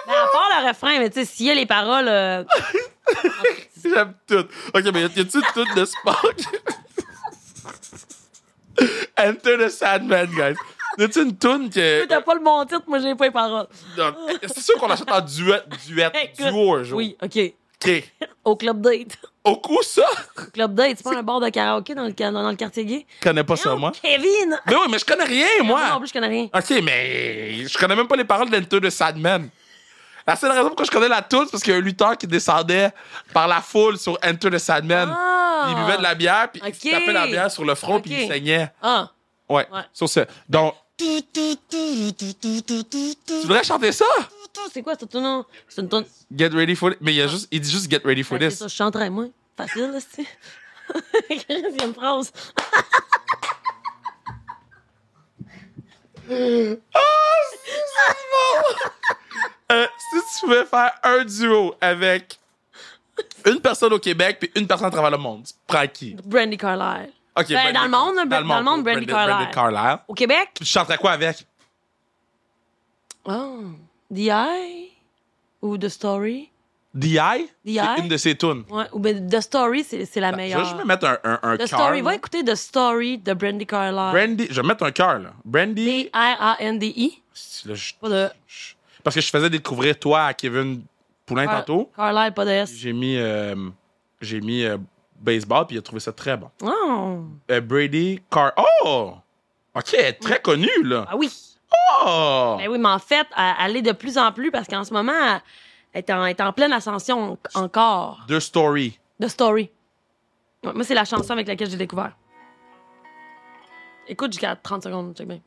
Speaker 1: Mais à part le refrain, mais tu sais, s'il y a les paroles... euh,
Speaker 2: J'aime tout. Ok, mais y a- y a-tu tout de sport? que- Enter the Sandman, guys. Y a-tu une tune que.
Speaker 1: T'as pas le bon titre, moi, j'ai pas les paroles.
Speaker 2: Non, C'est sûr qu'on la chante en duet, duet,
Speaker 1: Écoute,
Speaker 2: duo un jour.
Speaker 1: Oui, OK.
Speaker 2: Ok.
Speaker 1: Au Club Date.
Speaker 2: Au coup, ça.
Speaker 1: Au Club Date, c'est pas un bar de karaoké dans le, ca- dans le quartier gay?
Speaker 2: Je connais pas ça,
Speaker 1: Non,
Speaker 2: moi.
Speaker 1: Kevin!
Speaker 2: Mais oui, mais je connais rien,
Speaker 1: Moi non
Speaker 2: moi.
Speaker 1: plus, je connais rien.
Speaker 2: Ok, mais. Je connais même pas les paroles d'Enter the Sandman. La seule raison pourquoi je connais la tune, c'est parce qu'il y a un lutteur qui descendait par la foule sur Enter the Sandman.
Speaker 1: Ah!
Speaker 2: Il buvait de la bière, puis
Speaker 1: Ok.
Speaker 2: il se tapait la bière sur le front, puis
Speaker 1: Ok.
Speaker 2: il saignait.
Speaker 1: Ah.
Speaker 2: Ouais,
Speaker 1: Ouais.
Speaker 2: sur ce. Donc, Tu voudrais chanter ça?
Speaker 1: C'est quoi ce tune C'est une tune.
Speaker 2: Get ready for this. Mais il, y a juste, il dit juste get ready for
Speaker 1: Ouais, c'est
Speaker 2: this.
Speaker 1: ça, je chanterais moins. Facile, là, c'est. Quatrième phrase.
Speaker 2: Euh, si tu pouvais faire un duo avec une personne au Québec puis une personne à travers le monde, tu prends qui?
Speaker 1: Brandy Carlyle.
Speaker 2: Ok.
Speaker 1: Ben, dans le monde,
Speaker 2: Dans le
Speaker 1: dans le
Speaker 2: monde,
Speaker 1: monde, Brandy
Speaker 2: Brandon- Brandon
Speaker 1: Carlyle.
Speaker 2: Carlyle.
Speaker 1: Au Québec?
Speaker 2: Tu chanterais quoi avec?
Speaker 1: Oh. The Eye? Ou The Story?
Speaker 2: The Eye?
Speaker 1: The
Speaker 2: C'est
Speaker 1: Eye?
Speaker 2: Une de ses tunes.
Speaker 1: Ouais, ou ben, The Story, c'est c'est la
Speaker 2: Ben, Je vais juste
Speaker 1: meilleure.
Speaker 2: me mettre un, un, un
Speaker 1: The
Speaker 2: cœur.
Speaker 1: Story,
Speaker 2: là.
Speaker 1: va écouter The Story de Brandy Carlyle.
Speaker 2: Brandy, je vais mettre un cœur, là. Brandy.
Speaker 1: R-A-N-D-I.
Speaker 2: Là, je-
Speaker 1: Pas de.
Speaker 2: je- Parce que je faisais découvrir toi à Kevin Poulin
Speaker 1: Car-
Speaker 2: tantôt.
Speaker 1: Carlyle, pas de S.
Speaker 2: J'ai mis, euh, j'ai mis euh, baseball, puis il a trouvé ça très bon.
Speaker 1: Oh.
Speaker 2: Euh, Brady Car. Oh! OK, elle est très connue, là.
Speaker 1: Ah oui.
Speaker 2: Oh!
Speaker 1: Ben oui, mais en fait, elle elle est de plus en plus parce qu'en ce moment, elle est en, elle est en pleine ascension en- encore.
Speaker 2: The Story.
Speaker 1: The Story. Ouais, moi, c'est la chanson avec laquelle j'ai découvert. Écoute jusqu'à 30 secondes, check bien.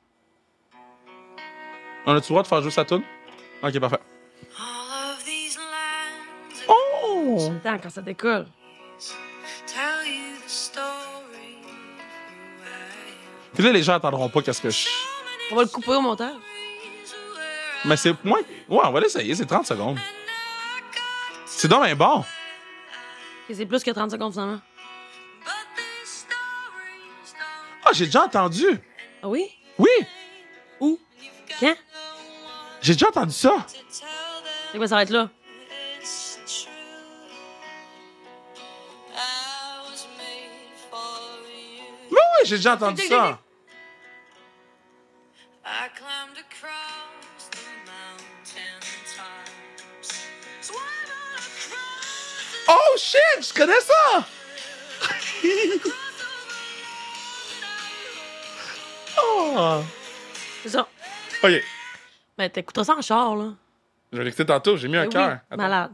Speaker 2: On a-tu le droit de faire juste la tune? OK, parfait.
Speaker 3: All of these lines
Speaker 2: Oh!
Speaker 1: Attends, quand ça décolle.
Speaker 3: tell you the story of who I
Speaker 2: Puis là, les gens attendront pas qu'est-ce que je.
Speaker 1: On va le couper au montage.
Speaker 3: am. Is where
Speaker 2: Mais c'est moins. Ouais, on va l'essayer, c'est 30 secondes.
Speaker 3: I got to,
Speaker 2: C'est donc bien bon.
Speaker 1: Ok, c'est plus que 30 secondes, finalement.
Speaker 3: but these stories don't
Speaker 2: Ah, j'ai déjà entendu.
Speaker 1: Ah oui?
Speaker 2: Oui,
Speaker 1: Où? Quand?
Speaker 2: j'ai déjà entendu ça.
Speaker 3: tell them
Speaker 1: C'est quoi, ben, ça va être là?
Speaker 3: it's true. I was made for
Speaker 2: Oui,
Speaker 3: you.
Speaker 2: oui, j'ai déjà entendu ça.
Speaker 3: I climbed across the mountain top.
Speaker 2: Oh shit, je connais ça! oh.
Speaker 1: C'est ça.
Speaker 2: Ok,
Speaker 1: Mais Ben, t'écouteras ça en char, là.
Speaker 2: je vais l'écouter tantôt, j'ai mis un
Speaker 1: Ben oui,
Speaker 2: cœur. Attends.
Speaker 1: malade.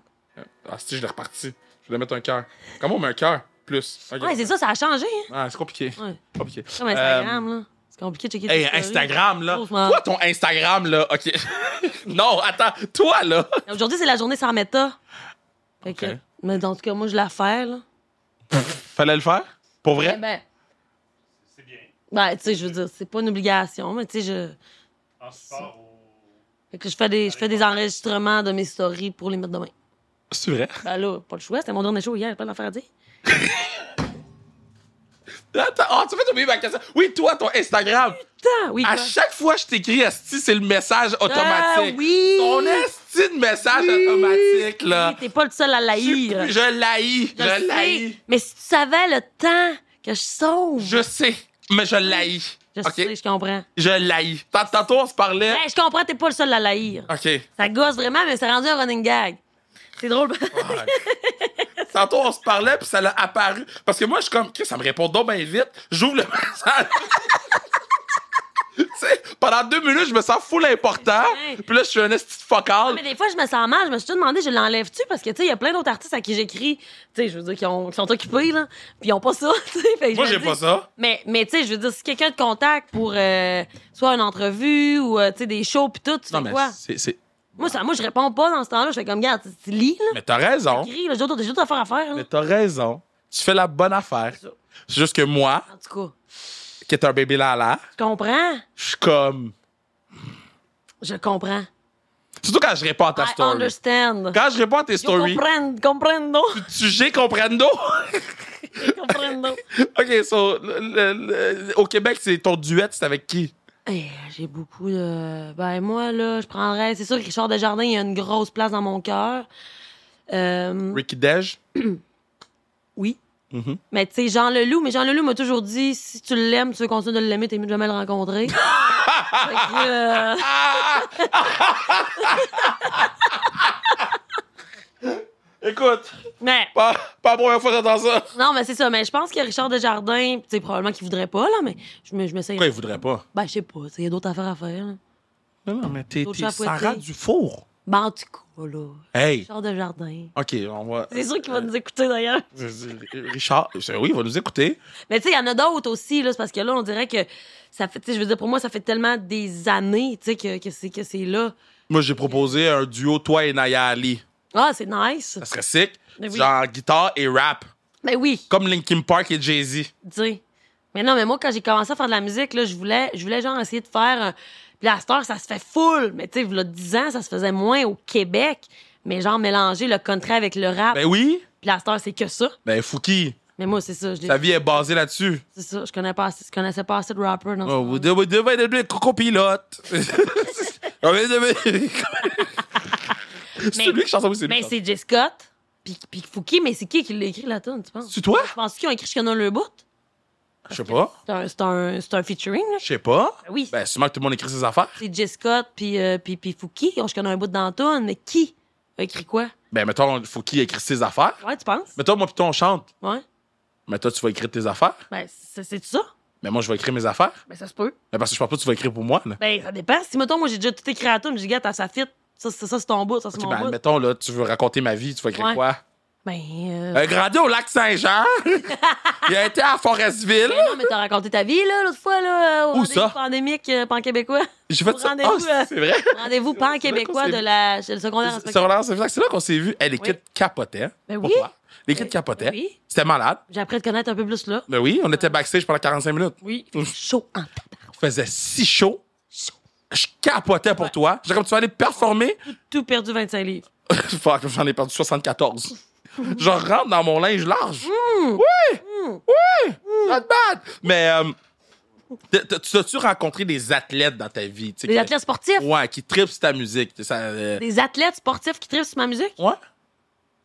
Speaker 2: Ah, si, je l'ai reparti. Je voulais mettre un cœur. Comment on met un cœur? Plus. Ok.
Speaker 1: Ouais, c'est ça, ça a changé, hein.
Speaker 2: Ah, c'est compliqué.
Speaker 1: Ouais.
Speaker 2: compliqué.
Speaker 1: Comme Instagram, là. C'est compliqué de checker tes
Speaker 2: Euh, Hey,
Speaker 1: stories.
Speaker 2: Instagram, là.
Speaker 1: Franchement.
Speaker 2: Toi, ton Instagram, là. OK. non, attends. Toi, là.
Speaker 1: Aujourd'hui, c'est la journée sans méta. Fait que-
Speaker 2: Ok.
Speaker 1: Mais en tout cas, moi, je la fais, là.
Speaker 2: Fallait le faire? Pour vrai?
Speaker 1: Eh ben. C'est bien. Ben, tu sais, je veux dire, c'est pas une obligation, mais tu sais, je. Fait que je fais des, je fais des enregistrements de mes stories pour les mettre demain.
Speaker 2: C'est vrai.
Speaker 1: Ben là, pas le choix, c'était mon dernier show hier, j'ai pas l'affaire à dire.
Speaker 2: Attends. Ah, tu fais oublier ma question. Oui, toi, ton Instagram.
Speaker 1: Putain, oui.
Speaker 2: À
Speaker 1: quoi.
Speaker 2: chaque fois que je t'écris Asti, c'est le message automatique.
Speaker 1: Ah, oui!
Speaker 2: Ton Asti de message automatique, là.
Speaker 1: Oui, T'es pas le seul à
Speaker 2: Je
Speaker 1: l'haïr.
Speaker 2: je l'haïs.
Speaker 1: Je le
Speaker 2: Je
Speaker 1: sais.
Speaker 2: l'haïs.
Speaker 1: Mais si tu savais le temps que je sauve.
Speaker 2: Je sais, mais je l'haïs.
Speaker 1: Je
Speaker 2: OK?
Speaker 1: sais, je comprends.
Speaker 2: Je l'haïs. Tant- Tantôt, on se parlait.
Speaker 1: Ben, je comprends, t'es pas le seul à l'haïr.
Speaker 2: OK.
Speaker 1: Ça gosse vraiment, mais c'est rendu un running gag. C'est drôle.
Speaker 2: Fuck. Tantôt, on se parlait, puis ça l'a apparu. Parce que moi, je suis comme, Chris, ça me répond donc bien vite. J'ouvre le message. tu sais, pendant deux minutes, je me sens full important. Puis là, je suis un esti de focal.
Speaker 1: mais des fois, je me sens mal. Je me suis demandé, je l'enlève-tu? Parce que, tu sais, il y a plein d'autres artistes à qui j'écris, tu sais, je veux dire, qui, ont- qui sont occupés, là, puis ils ont pas ça, tu sais. Fait que
Speaker 2: Moi,
Speaker 1: je me
Speaker 2: j'ai
Speaker 1: dis-
Speaker 2: pas ça.
Speaker 1: Mais, mais tu sais, je veux dire, si quelqu'un te contacte pour euh, soit une entrevue ou, euh, tu sais, des shows, puis tout, tu fais quoi?
Speaker 2: c'est. c'est-
Speaker 1: Moi, ça, moi, je réponds pas dans ce temps-là. Je fais comme, regarde, tu- tu lis, là.
Speaker 2: Mais t'as raison.
Speaker 1: Écris, là, j'ai d'autres j'ai d'autres affaires à faire, là.
Speaker 2: Hein? Mais t'as raison. Tu fais la bonne affaire.
Speaker 1: ça.
Speaker 2: C'est juste que moi,
Speaker 1: En tout cas,
Speaker 2: qui est un bébé lala,
Speaker 1: je comprends.
Speaker 2: je suis comme.
Speaker 1: Je comprends.
Speaker 2: Surtout quand je réponds à ta
Speaker 1: I
Speaker 2: story.
Speaker 1: understand.
Speaker 2: Quand je réponds à tes
Speaker 1: Yo
Speaker 2: stories,
Speaker 1: comprends, comprendo,
Speaker 2: tu j'ai comprendo.
Speaker 1: comprendo.
Speaker 2: OK, so, le- le- le- au Québec, c'est ton duet, c'est avec qui?
Speaker 1: Eh, j'ai beaucoup de. Ben, moi, là, je prendrais. C'est sûr que Richard Desjardins, il a une grosse place dans mon cœur. Euh,
Speaker 2: Ricky Dej?
Speaker 1: oui.
Speaker 2: Mhm.
Speaker 1: Mais, tu sais, Jean Leloup, mais Jean Leloup m'a toujours dit si tu l'aimes, tu veux continuer de l'aimer, t'es mieux de jamais le rencontrer. Fait que, euh,
Speaker 2: Écoute,
Speaker 1: Mais,
Speaker 2: pas, pas la première fois que j'entends ça.
Speaker 1: non, mais c'est ça. Mais je pense que Richard Desjardins, tu sais, probablement qu'il voudrait pas, là, mais je me, je m'essaye.
Speaker 2: Pourquoi il voudrait pas?
Speaker 1: Ben, je sais pas, tu sais, il y a d'autres affaires à faire, là.
Speaker 2: Non, non, mais t'es
Speaker 1: Faut t'es chapeauter. Sarah
Speaker 2: Sarah du four.
Speaker 1: Ben, en tout cas, là.
Speaker 2: Hey!
Speaker 1: Richard Desjardins.
Speaker 2: OK, on va...
Speaker 1: C'est sûr qu'il va nous écouter, d'ailleurs.
Speaker 2: Richard, c'est- oui, il va nous écouter.
Speaker 1: Mais tu sais, il y en a d'autres aussi, là, c'est parce que là, on dirait que ça fait, tu sais, je veux dire, pour moi, ça fait tellement des années, tu sais, que, que c'est que c'est là.
Speaker 2: Moi, j'ai proposé un duo, toi et Naya Ali.
Speaker 1: Ah, c'est nice.
Speaker 2: Ça serait sick.
Speaker 1: Mais Ben oui.
Speaker 2: Genre guitare et rap.
Speaker 1: Ben oui,
Speaker 2: Comme Linkin Park et Jay-Z.
Speaker 1: tu sais. Mais non, mais moi, quand j'ai commencé à faire de la musique, là, je voulais, je voulais genre essayer de faire. un- Puis la star, ça se fait full. Mais tu sais, il y a 10 ans, ça se faisait moins au Québec. Mais genre mélanger le country avec le rap.
Speaker 2: Ben oui.
Speaker 1: Puis la star, c'est que ça.
Speaker 2: Ben Fouki,
Speaker 1: Mais moi, c'est ça. Je l'ai-
Speaker 2: ta vie est basée là-dessus.
Speaker 1: c'est ça. Je connais pas assez- je connaissais pas assez de rappers dans ce
Speaker 2: Oh, vous
Speaker 1: monde.
Speaker 2: devez devez être cocopilote. C'est
Speaker 1: Mais-
Speaker 2: lui qui chante ça ou c'est lui?
Speaker 1: Mais
Speaker 2: qui chante?
Speaker 1: c'est Jay Scott. Puis, puis Fouki, mais c'est qui qui l'a écrit la tune, tu penses?
Speaker 2: C'est toi?
Speaker 1: Je pense qu'ils ont écrit Chicano le bout.
Speaker 2: Je sais pas.
Speaker 1: C'est un, c'est un, c'est un featuring, là.
Speaker 2: Je sais pas.
Speaker 1: Ben oui.
Speaker 2: Ben, sûrement que tout le monde écrit ses affaires.
Speaker 1: C'est Jay Scott, puis, euh, puis, puis Fouki. Je connais un bout dans la toune, mais qui a écrit quoi?
Speaker 2: Ben, mettons, Fouki écrit ses affaires.
Speaker 1: Ouais, tu penses?
Speaker 2: Mettons, moi, plutôt, on chante.
Speaker 1: Ouais.
Speaker 2: Mais toi, tu vas écrire tes affaires.
Speaker 1: Ben, c'est c'est ça?
Speaker 2: Mais moi, je vais écrire mes affaires.
Speaker 1: Ben, ça se peut.
Speaker 2: Mais parce que je pense pas que tu vas écrire pour moi. là.
Speaker 1: Ben, ça dépend. Si, mettons, moi, j'ai déjà tout écrit à la toune, j'ai dit, gars, t'as ça fit. Ça, c'est ça, c'est ton bout, ça, c'est
Speaker 2: Ok,
Speaker 1: mon
Speaker 2: ben,
Speaker 1: bout.
Speaker 2: mettons, là, tu veux raconter ma vie, tu vas écrire
Speaker 1: Ouais.
Speaker 2: quoi?
Speaker 1: Ben, euh,
Speaker 2: Un grandi au lac Saint-Jean. Il a été à Forestville.
Speaker 1: ben non, mais t'as raconté ta vie, là, l'autre fois, là, au
Speaker 2: Où
Speaker 1: rendez-vous
Speaker 2: ça?
Speaker 1: pandémique euh, pan-québécois.
Speaker 2: J'ai fait
Speaker 1: Au
Speaker 2: ça. Ah,
Speaker 1: rendez-vous, euh,
Speaker 2: c'est vrai.
Speaker 1: Rendez-vous pan-québécois de la, le secondaire en
Speaker 2: C'est-
Speaker 1: spectacle.
Speaker 2: c'est vrai, c'est là qu'on s'est vu. Hey, les
Speaker 1: Oui.
Speaker 2: kids capotaient. hein,
Speaker 1: Ben
Speaker 2: Pour
Speaker 1: oui.
Speaker 2: toi. Les kids
Speaker 1: Ben-
Speaker 2: capotaient.
Speaker 1: ben oui. Ah.
Speaker 2: C'était malade.
Speaker 1: J'ai appris à te connaître un peu plus, là.
Speaker 2: Ben oui, on était backstage pendant 45 minutes.
Speaker 1: Oui. Chaud en tabac.
Speaker 2: Il faisait si chaud.
Speaker 1: Chaud.
Speaker 2: Je capotais pour toi. J'ai comme tu vas aller performer.
Speaker 1: Tout perdu 25 livres.
Speaker 2: Fuck, j'en ai perdu 74. je rentre dans mon linge large. Oui! Oui! Not bad! Mais euh, t- t- tu as-tu rencontré des athlètes dans ta vie? tu sais,
Speaker 1: Des
Speaker 2: qui-
Speaker 1: athlètes sportifs.
Speaker 2: Ouais, qui tripent sur ta musique. Ça, euh,
Speaker 1: Des athlètes sportifs qui trivent sur ma musique.
Speaker 2: Ouais?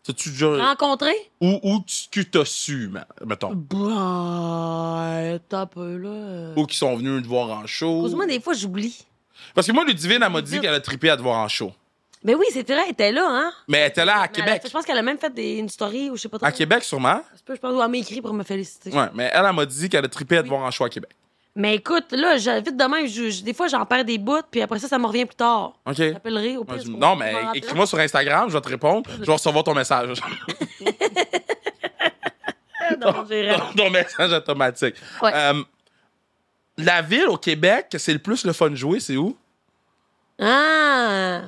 Speaker 2: T'as-tu
Speaker 1: Ah.
Speaker 2: déjà.
Speaker 1: Rencontrés?
Speaker 2: Ou Où, où tu tu t'as su, ma- mettons?
Speaker 1: Bah, t'as un peu, là.
Speaker 2: Ou qui sont venus te voir en show?
Speaker 1: Heureusement, des fois, j'oublie.
Speaker 2: Parce que moi, Ludivine, elle m'a dit
Speaker 1: Ludivine.
Speaker 2: qu'elle a trippé à te voir en show.
Speaker 1: Mais oui, c'est vrai, elle était là, hein?
Speaker 2: Mais elle était là à
Speaker 1: Mais elle a
Speaker 2: Québec.
Speaker 1: fait- je pense qu'elle a même fait des, une story ou je sais pas trop.
Speaker 2: À Québec, sûrement.
Speaker 1: Ça se peut, Je pense qu'elle m'a écrit pour me féliciter.
Speaker 2: Ouais, mais elle, elle m'a dit qu'elle a trippé à te voir en choix à Québec.
Speaker 1: Mais écoute, là, je- vite demain, je- je- des fois, j'en perds des bouts, puis après ça, ça me revient plus tard.
Speaker 2: OK?
Speaker 1: J'appellerai au
Speaker 2: Moi,
Speaker 1: pire. c'est
Speaker 2: je- non,
Speaker 1: pour-
Speaker 2: mais
Speaker 1: je m'en rappelle.
Speaker 2: écris-moi sur Instagram, je vais te répondre. Je vais recevoir ton message.
Speaker 1: Non, j'ai raison.
Speaker 2: ton message automatique.
Speaker 1: Ouais.
Speaker 2: Euh, la ville au Québec, que c'est le plus le fun de jouer, c'est où?
Speaker 1: Ah!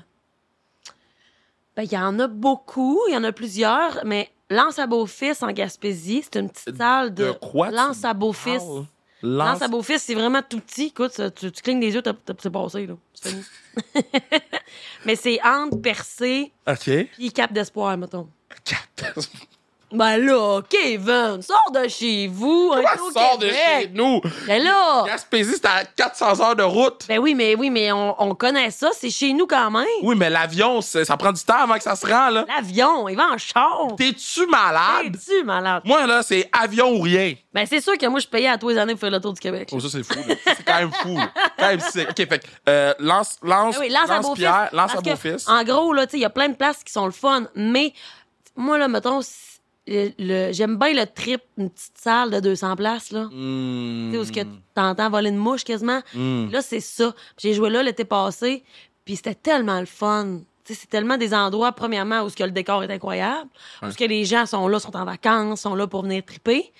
Speaker 1: Ben, il y en a beaucoup, il y en a plusieurs, mais Lance à Beau-Fils en Gaspésie, c'est une petite salle de.
Speaker 2: Euh, de quoi tu
Speaker 1: Lance à Beau-Fils.
Speaker 2: parles?
Speaker 1: Lance à Beau-Fils, c'est vraiment tout petit. Écoute, ça, tu, tu clignes des yeux, t'as- t'as- c'est passé, là. C'est fini. mais c'est entre Percé
Speaker 2: OK.
Speaker 1: puis Cap d'Espoir, mettons.
Speaker 2: Quatre.
Speaker 1: Ben là, Kevin, sors de chez vous. hein, t'es au
Speaker 2: Sors de chez
Speaker 1: Québec.
Speaker 2: nous.
Speaker 1: Ben là.
Speaker 2: Gaspésie, c'est à 400 heures de route.
Speaker 1: Ben oui, mais oui, mais on, on connaît ça, c'est chez nous quand même.
Speaker 2: Oui, mais l'avion, c'est- ça prend du temps avant que ça se rend, là.
Speaker 1: L'avion, il va en char.
Speaker 2: T'es-tu malade?
Speaker 1: T'es-tu malade?
Speaker 2: Moi, là, c'est avion ou rien.
Speaker 1: Ben c'est sûr que moi, je payais à tous les années pour faire le tour du Québec.
Speaker 2: Oh, ça, c'est fou, là. C'est quand même fou, là. Quand même sick. OK, fait que, euh, lance, lance,
Speaker 1: Ben oui, lance, à
Speaker 2: lance
Speaker 1: beau-fils.
Speaker 2: Pierre, lance
Speaker 1: Parce
Speaker 2: à
Speaker 1: que,
Speaker 2: beau-fils.
Speaker 1: En gros, là, tu sais, il y a plein de places qui sont le fun, mais moi, là, mettons, si- le- le- j'aime bien le trip, une petite salle de 200 places, là. Tu
Speaker 2: Hmm.
Speaker 1: sais, où ce que t'entends voler une mouche quasiment.
Speaker 2: Hmm.
Speaker 1: Là, c'est ça. Puis J'ai joué là l'été passé, puis c'était tellement le fun. Tu sais, C'est tellement des endroits, premièrement, où ce que le décor est incroyable, où ce que les gens sont là, sont en vacances, sont là pour venir triper.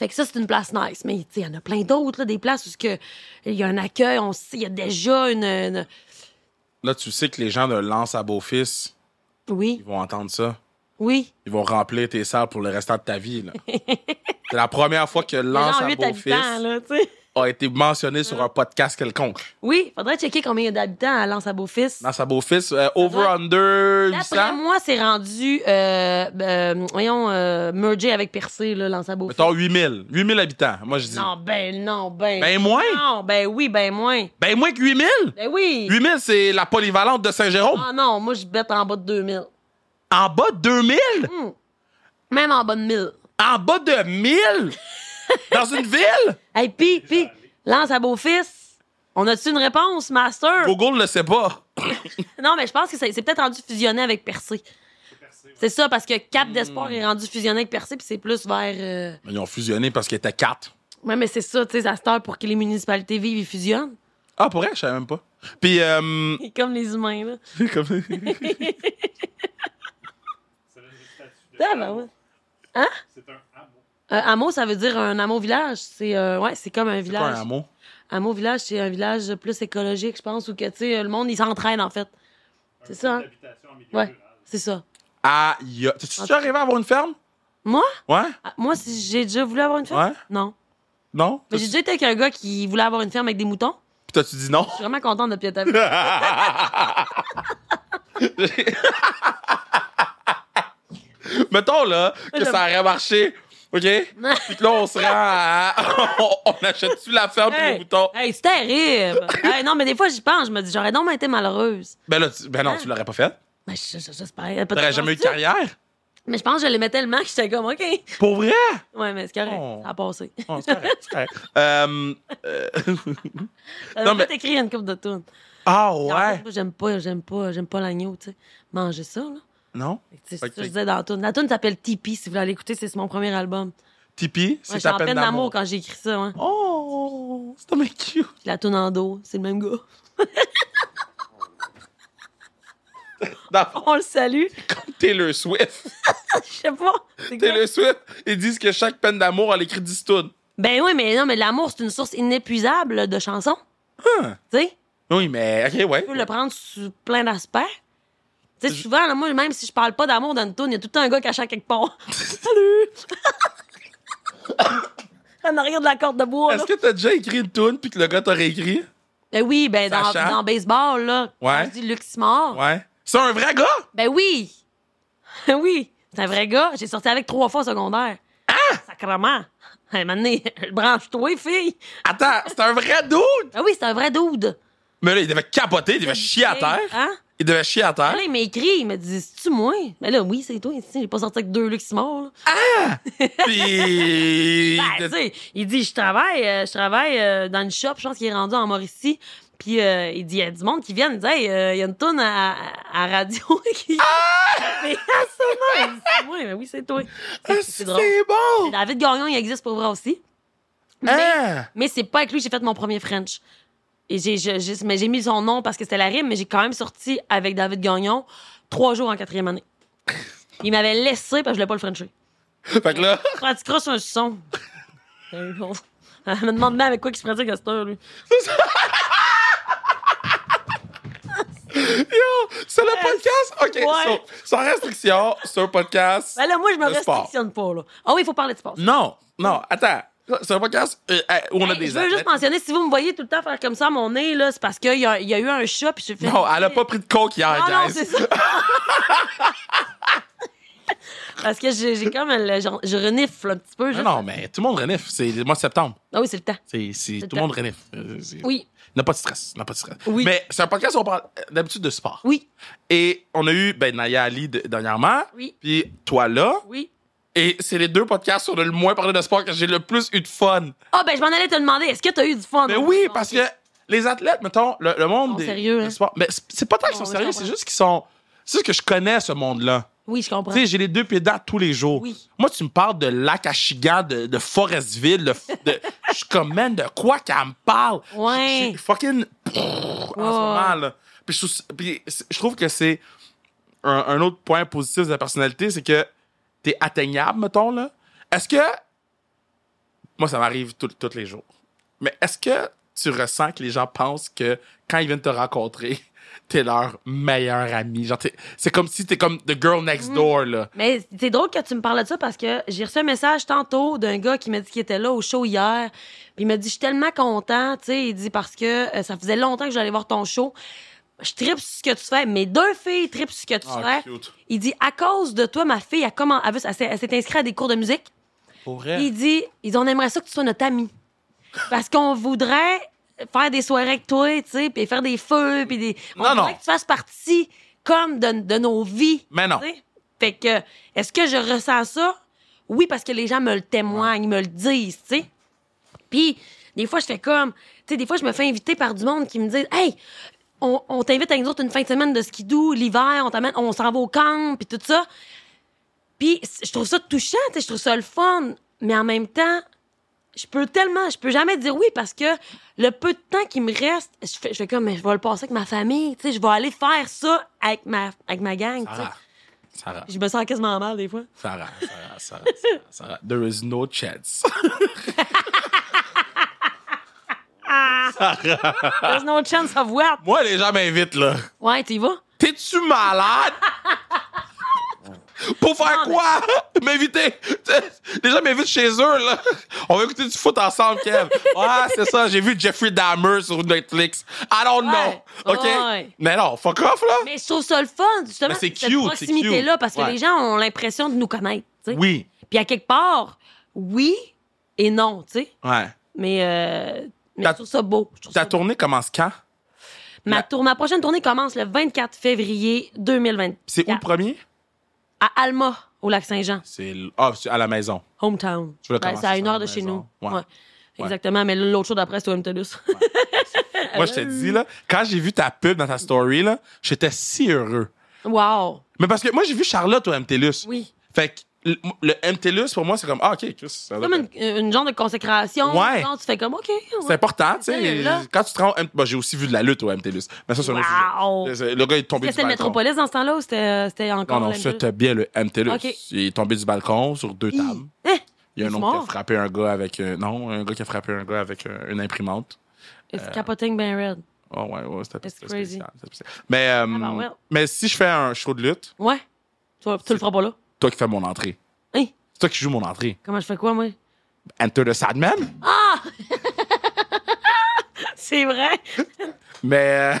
Speaker 1: Fait que ça, c'est une place nice. Mais tu sais, il y en a plein d'autres, là, des places où ce que il y a un accueil, on sait, il y a déjà une. une-
Speaker 2: Là, tu sais que les gens de Lance à Beau-Fils,
Speaker 1: Oui,
Speaker 2: ils vont entendre ça.
Speaker 1: oui.
Speaker 2: Ils vont remplir tes salles pour le restant de ta vie, là. c'est la première fois que Lance
Speaker 1: Genre
Speaker 2: à
Speaker 1: huit habitants,
Speaker 2: Beau-Fils
Speaker 1: là, tu sais.
Speaker 2: a été mentionné sur un podcast quelconque.
Speaker 1: Oui, faudrait checker combien il y a d'habitants à Lance à Beaufils.
Speaker 2: Lance à Beau-Fils, euh, over-under
Speaker 1: D'après
Speaker 2: 800?
Speaker 1: moi, c'est rendu, euh, euh, voyons, euh, mergé avec Percé, là, Lance à Beaufils.
Speaker 2: Mettons 8000. 8000 habitants, moi, je dis.
Speaker 1: Non, ben non, ben.
Speaker 2: Ben moins!
Speaker 1: Non, ben oui, ben moins.
Speaker 2: Ben moins que 8000!
Speaker 1: Ben oui.
Speaker 2: 8000, c'est la polyvalente de Saint-Jérôme.
Speaker 1: Ah non, moi, je bête en bas de 2000. Ah.
Speaker 2: En bas de 2000?
Speaker 1: Mm. Même en bas de 1000.
Speaker 2: En bas de 1000? Dans une ville?
Speaker 1: Hey, pis, pis, lance à beau-fils. On a-tu une réponse, master?
Speaker 2: Google le sait pas.
Speaker 1: Non, mais je pense que c'est c'est peut-être rendu fusionné avec Percé. C'est ça, parce que
Speaker 2: Hmm.
Speaker 1: Cap d'Espoir est rendu fusionné avec Percé, puis c'est plus vers... euh,
Speaker 2: Ils ont fusionné parce qu'ils étaient quatre.
Speaker 1: Ouais, mais c'est ça, tu sais, à cette heure, pour que les municipalités vivent, ils fusionnent.
Speaker 2: Ah, pour vrai? Je savais même pas. Puis, euh,
Speaker 1: Comme les humains, là.
Speaker 2: comme-
Speaker 1: Ah, ben ouais. Hein? C'est un hameau. Un hameau, Euh, ça veut dire un hameau-village. C'est euh, ouais, c'est comme un
Speaker 2: c'est quoi
Speaker 1: village.
Speaker 2: un mot?
Speaker 1: Hameau village, c'est un village plus écologique, je pense, où que, tu sais, le monde, il s'entraîne, en fait. C'est ça, hein? Ouais, c'est ça.
Speaker 2: Ah, ya. T'es-tu déjà arrivé à avoir une ferme?
Speaker 1: Moi?
Speaker 2: Ouais?
Speaker 1: Ah, Moi, si j'ai déjà voulu avoir une ferme?
Speaker 2: Ouais?
Speaker 1: Non.
Speaker 2: Non?
Speaker 1: Mais j'ai
Speaker 2: T'as-tu-
Speaker 1: déjà été avec un gars qui voulait avoir une ferme avec des moutons.
Speaker 2: Puis t'as-tu dit non?
Speaker 1: Je suis vraiment contente de piéter
Speaker 2: Mettons, là, que
Speaker 1: J'aime-
Speaker 2: ça aurait marché. OK? Puis que là, on se rend à. on, on achète-tu la ferme et les
Speaker 1: Hey,
Speaker 2: boutons?
Speaker 1: hey, c'est terrible! Hey, non, mais des fois, j'y pense, je me dis, j'aurais donc été malheureuse.
Speaker 2: Ben là, tu- ben non, tu l'aurais pas fait.
Speaker 1: Ben, je- je- j'espère.
Speaker 2: T'aurais jamais eu de carrière.
Speaker 1: Mais je pense que je l'aimais tellement que j'étais comme, OK.
Speaker 2: Pour vrai?
Speaker 1: Ouais, mais c'est correct.
Speaker 2: Oh.
Speaker 1: Ça a passé.
Speaker 2: Bon, c'est correct, c'est correct. Euh, euh,
Speaker 1: Non,
Speaker 2: mais-
Speaker 1: mais... écrit une coupe de tourne.
Speaker 2: Ah
Speaker 1: En fait,
Speaker 2: ouais?
Speaker 1: moi, j'aime pas, j'aime pas, j'aime pas l'agneau, tu sais. Manger ça, là.
Speaker 2: Non?
Speaker 1: Fait que, tu sais, C'est
Speaker 2: Fait que
Speaker 1: ça que je
Speaker 2: t'es-
Speaker 1: disais dans la toune. La toune s'appelle Tipeee, si vous voulez l'écouter, c'est sur mon premier album.
Speaker 2: Tipeee,
Speaker 1: Moi,
Speaker 2: c'est
Speaker 1: j'étais
Speaker 2: ta
Speaker 1: en peine d'amour quand j'ai écrit ça, hein.
Speaker 2: Oh, c'est tellement
Speaker 1: Puis
Speaker 2: cute.
Speaker 1: la toune en dos, c'est le même gars.
Speaker 2: Dans
Speaker 1: On le salue.
Speaker 2: Taylor Swift.
Speaker 1: Je sais pas. C'est quoi?
Speaker 2: Taylor Swift, ils disent que chaque peine d'amour, elle écrit 10 tonnes.
Speaker 1: Ben oui, mais non, mais l'amour, c'est une source inépuisable là, de chansons.
Speaker 2: Hein?
Speaker 1: Tu sais,
Speaker 2: Oui, mais, ok, ouais.
Speaker 1: tu peux le prendre sous plein d'aspects. Tu sais, souvent, là, moi, même si je parle pas d'amour dans une toune, il y a tout le temps un gars caché à quelque part. Salut! en arrière de la corde de bois, là.
Speaker 2: Est-ce que t'as déjà écrit une tune puis que le gars t'a réécrit?
Speaker 1: Ben oui, ben dans,
Speaker 2: Sachant-
Speaker 1: dans baseball, là.
Speaker 2: Ouais.
Speaker 1: Quand je dis Luximore.
Speaker 2: Ouais. C'est un vrai gars?
Speaker 1: Ben oui! oui! C'est un vrai gars. J'ai sorti avec trois fois au secondaire. Ah! Sacrement! Hey, mané, branche-toi, fille!
Speaker 2: Attends, c'est un vrai dude?
Speaker 1: Ben oui, c'est un vrai dude!
Speaker 2: Mais là, il devait capoter, il devait chier à terre.
Speaker 1: Hein?
Speaker 2: Il devait chier à
Speaker 1: Ah,
Speaker 2: terre.
Speaker 1: Là, il m'a écrit, il m'a dit C'est-tu moi? Ben là, oui, c'est toi. tu sais, J'ai pas sorti avec deux Luximore, là. Ah,
Speaker 2: Puis. Ah,
Speaker 1: Ben, tu sais, il dit Je travaille, euh, je travaille euh, dans une shop, je pense qu'il est rendu en Mauricie. Puis euh, il dit, il y a du monde qui vient, il dit, hey, euh, il y a une toune à, à- à radio
Speaker 2: Ah!
Speaker 1: qui. Mais absolument, il dit, c'est moi, mais oui, c'est toi.
Speaker 2: Ah,
Speaker 1: C'est- C'est drôle.
Speaker 2: bon!
Speaker 1: David Gagnon, il existe pour vrai aussi. Mais,
Speaker 2: Hein?
Speaker 1: mais c'est pas avec lui que j'ai fait mon premier French. Et j'ai, je- je- mais j'ai mis son nom parce que c'était la rime, mais j'ai quand même sorti avec David Gagnon trois jours en quatrième année. Il m'avait laissé parce que je voulais pas le Frencher.
Speaker 2: Fait que là,
Speaker 1: Pratiquera sur un son. Elle me demande même avec quoi qu'il se pratique à cette heure, lui.
Speaker 2: c'est le podcast? OK,
Speaker 1: Ouais.
Speaker 2: so, sans restriction, c'est un podcast.
Speaker 1: Ben là, moi, je me
Speaker 2: Le sport.
Speaker 1: restrictionne pas, là. Ah oui, il faut parler de sport.
Speaker 2: Non, non, attends. C'est un podcast euh, euh, où on a
Speaker 1: Hey, Ben, je
Speaker 2: des
Speaker 1: veux juste
Speaker 2: athlètes.
Speaker 1: mentionner, si vous me voyez tout le temps faire comme ça à mon nez, là, c'est parce qu'il y a, il y a eu un chat, puis je fais...
Speaker 2: Non, elle a pas pris de coke hier,
Speaker 1: Ah non,
Speaker 2: guys.
Speaker 1: c'est ça. parce que j'ai j'ai comme... le- genre, je renifle un petit peu.
Speaker 2: Non,
Speaker 1: juste-
Speaker 2: non, mais tout le monde renifle. C'est le mois de septembre.
Speaker 1: Ah oui, c'est le temps.
Speaker 2: C'est, c'est,
Speaker 1: C'est
Speaker 2: tout le monde renifle. Euh, c'est-
Speaker 1: Oui,
Speaker 2: N'a pas de stress. N'a pas de stress.
Speaker 1: Oui.
Speaker 2: Mais c'est un podcast où on parle euh, d'habitude de sport.
Speaker 1: oui,
Speaker 2: Et on a eu ben, Naya Ali de- dernièrement.
Speaker 1: Oui.
Speaker 2: Puis toi là.
Speaker 1: oui.
Speaker 2: Et c'est les deux podcasts où on a le moins parlé de sport que j'ai le plus eu de fun.
Speaker 1: Ah ben, je m'en allais te demander, est-ce que t'as eu du fun?
Speaker 2: Mais Ben oui, parce que les athlètes, mettons, le, le monde
Speaker 1: Sont
Speaker 2: des,
Speaker 1: sérieux,
Speaker 2: des
Speaker 1: hein.
Speaker 2: sports- Mais c'est- c'est pas tant qu'ils
Speaker 1: Bon,
Speaker 2: sont
Speaker 1: oui,
Speaker 2: sérieux,
Speaker 1: je
Speaker 2: c'est
Speaker 1: comprends.
Speaker 2: juste qu'ils sont. C'est juste que je connais ce monde-là.
Speaker 1: Oui, je comprends.
Speaker 2: Tu sais, j'ai les deux pieds dedans tous les jours.
Speaker 1: Oui.
Speaker 2: Moi, tu me parles de Lac-Achigan, de, de Forestville, de, de- je suis comme, man, de quoi qu'elle me parle?
Speaker 1: Ouais.
Speaker 2: Je suis fucking pff, en
Speaker 1: Ouais,
Speaker 2: ce moment,
Speaker 1: ouais.
Speaker 2: là. Puis je, trouve- puis c'est- je trouve que c'est un, un autre point positif de la personnalité, c'est que t'es atteignable, mettons, là. Est-ce que... Moi, ça m'arrive tout- tous les jours. Mais est-ce que tu ressens que les gens pensent que quand ils viennent te rencontrer, t'es leur meilleur ami? Genre, t'es- c'est comme si t'es comme the girl
Speaker 1: Mm.
Speaker 2: next door, là.
Speaker 1: Mais c'est drôle que tu me parles de ça parce que j'ai reçu un message tantôt d'un gars qui m'a dit qu'il était là au show hier. Puis il m'a dit Je suis tellement content, tu sais. Il dit parce que euh, ça faisait longtemps que j'allais voir ton show. Je tripe sur ce que tu fais. Mes deux filles tripent sur ce que tu
Speaker 2: Ah,
Speaker 1: fais.
Speaker 2: cute.
Speaker 1: Il dit À cause de toi, ma fille, a comment, elle, veut- elle s'est- elle s'est inscrite à des cours de musique.
Speaker 2: Pour vrai.
Speaker 1: Il dit, il dit, on aimerait ça que tu sois notre ami. Parce qu'on voudrait faire des soirées avec toi, tu sais, puis faire des feux, puis des. On
Speaker 2: Non, non.
Speaker 1: voudrait que tu fasses partie comme de, de nos vies.
Speaker 2: Mais non.
Speaker 1: tu sais. Fait que, est-ce que je ressens ça? Oui, parce que les gens me le témoignent, me le disent, tu sais. Puis, des fois, je fais comme. Tu sais, des fois, je me fais inviter par du monde qui me disent Hey, on, on t'invite avec nous autres une fin de semaine de skidoo, l'hiver, on t'amène, on s'en va au camp, puis tout ça. Puis, c- je trouve ça touchant, tu sais, je trouve ça le fun. Mais en même temps, je peux tellement, je peux jamais dire oui parce que le peu de temps qui me reste, je fais, je fais comme, mais je vais le passer avec ma famille, tu sais, je vais aller faire ça avec ma, avec ma gang, tu sais.
Speaker 2: Sarah. Sarah.
Speaker 1: Je me sens quasiment mal des fois.
Speaker 2: Sarah. Sarah. Sarah. Sarah. Sarah. There is no chance. Ah.
Speaker 1: There's no chance of what?
Speaker 2: Moi, les gens m'invitent, là.
Speaker 1: Ouais, tu y vas?
Speaker 2: T'es-tu malade? Pour faire
Speaker 1: Non, mais-
Speaker 2: quoi? M'inviter. Les gens m'invitent chez eux, là. On va écouter du foot ensemble, Kev. Ah, c'est ça. J'ai vu Jeffrey Dahmer sur Netflix. I don't
Speaker 1: Ouais.
Speaker 2: know. OK?
Speaker 1: Ouais.
Speaker 2: Mais non, fuck off, là.
Speaker 1: Mais je trouve ça le fun, justement,
Speaker 2: Mais c'est
Speaker 1: cette
Speaker 2: cute, c'est
Speaker 1: proximité-là,
Speaker 2: cute.
Speaker 1: parce que
Speaker 2: Ouais.
Speaker 1: les gens ont l'impression de nous connaître, tu sais.
Speaker 2: Oui.
Speaker 1: Puis à quelque part, oui et non, tu sais.
Speaker 2: Ouais.
Speaker 1: Mais, euh, mais
Speaker 2: Ta-
Speaker 1: je trouve ça beau. Je trouve
Speaker 2: Ta
Speaker 1: ça beau.
Speaker 2: tournée commence quand?
Speaker 1: Ma,
Speaker 2: la-
Speaker 1: tour- ma prochaine tournée commence le 24 février 2024
Speaker 2: C'est où le premier?
Speaker 1: à Alma, au Lac-Saint-Jean,
Speaker 2: C'est l- ah, c'est à la maison.
Speaker 1: hometown.
Speaker 2: Je vais
Speaker 1: Ben,
Speaker 2: commencer
Speaker 1: c'est à
Speaker 2: ça
Speaker 1: une
Speaker 2: à
Speaker 1: heure
Speaker 2: la
Speaker 1: de chez
Speaker 2: maison.
Speaker 1: nous.
Speaker 2: Ouais.
Speaker 1: Ouais. Exactement, mais l'autre chose d'après, c'est au MTLUS.
Speaker 2: Moi, je te dis, là, quand j'ai vu ta pub dans ta story, là, j'étais si heureux.
Speaker 1: wow!
Speaker 2: Mais parce que moi, j'ai vu Charlotte au MTLUS.
Speaker 1: Oui.
Speaker 2: Fait que le, le MTLUS, pour moi, c'est comme, ah, OK, Chris, ça doit
Speaker 1: Comme
Speaker 2: être-
Speaker 1: une, une genre de consécration.
Speaker 2: Ouais.
Speaker 1: Genre, tu fais comme, OK.
Speaker 2: c'est
Speaker 1: ouais.
Speaker 2: important, tu
Speaker 1: Sérieux,
Speaker 2: sais.
Speaker 1: là?
Speaker 2: Quand tu te rends. au M- Bon, j'ai aussi vu de la lutte au MTLUS. Mais ça, c'est un autre
Speaker 1: Wow.
Speaker 2: sujet. C'est- Le gars, il est tombé du
Speaker 1: C'était le
Speaker 2: balcon.
Speaker 1: métropolis dans ce temps-là ou c'était euh, c'était encore
Speaker 2: Non, non,
Speaker 1: le
Speaker 2: c'était bien le MTLUS.
Speaker 1: OK.
Speaker 2: Il est tombé du balcon sur deux
Speaker 1: Hi.
Speaker 2: tables.
Speaker 1: Hein?
Speaker 2: Il y
Speaker 1: Il est
Speaker 2: a un autre qui a
Speaker 1: mort?
Speaker 2: frappé un gars avec. euh, non, un gars qui a frappé un gars avec euh, une imprimante.
Speaker 1: It's
Speaker 2: Euh.
Speaker 1: capoting ben red.
Speaker 2: Oh, ouais, ouais, c'était
Speaker 1: It's
Speaker 2: c'était
Speaker 1: crazy.
Speaker 2: spécial. c'était spécial. Mais, euh,
Speaker 1: Ah, ben, well.
Speaker 2: mais si je fais un show de lutte,
Speaker 1: Ouais. Tu, vas- tu le feras pas là.
Speaker 2: toi qui fais mon entrée.
Speaker 1: Hein?
Speaker 2: C'est toi qui joues mon entrée.
Speaker 1: Comment je fais quoi, moi? Ah!
Speaker 2: Enter the Sadman.
Speaker 1: C'est vrai.
Speaker 2: Mais.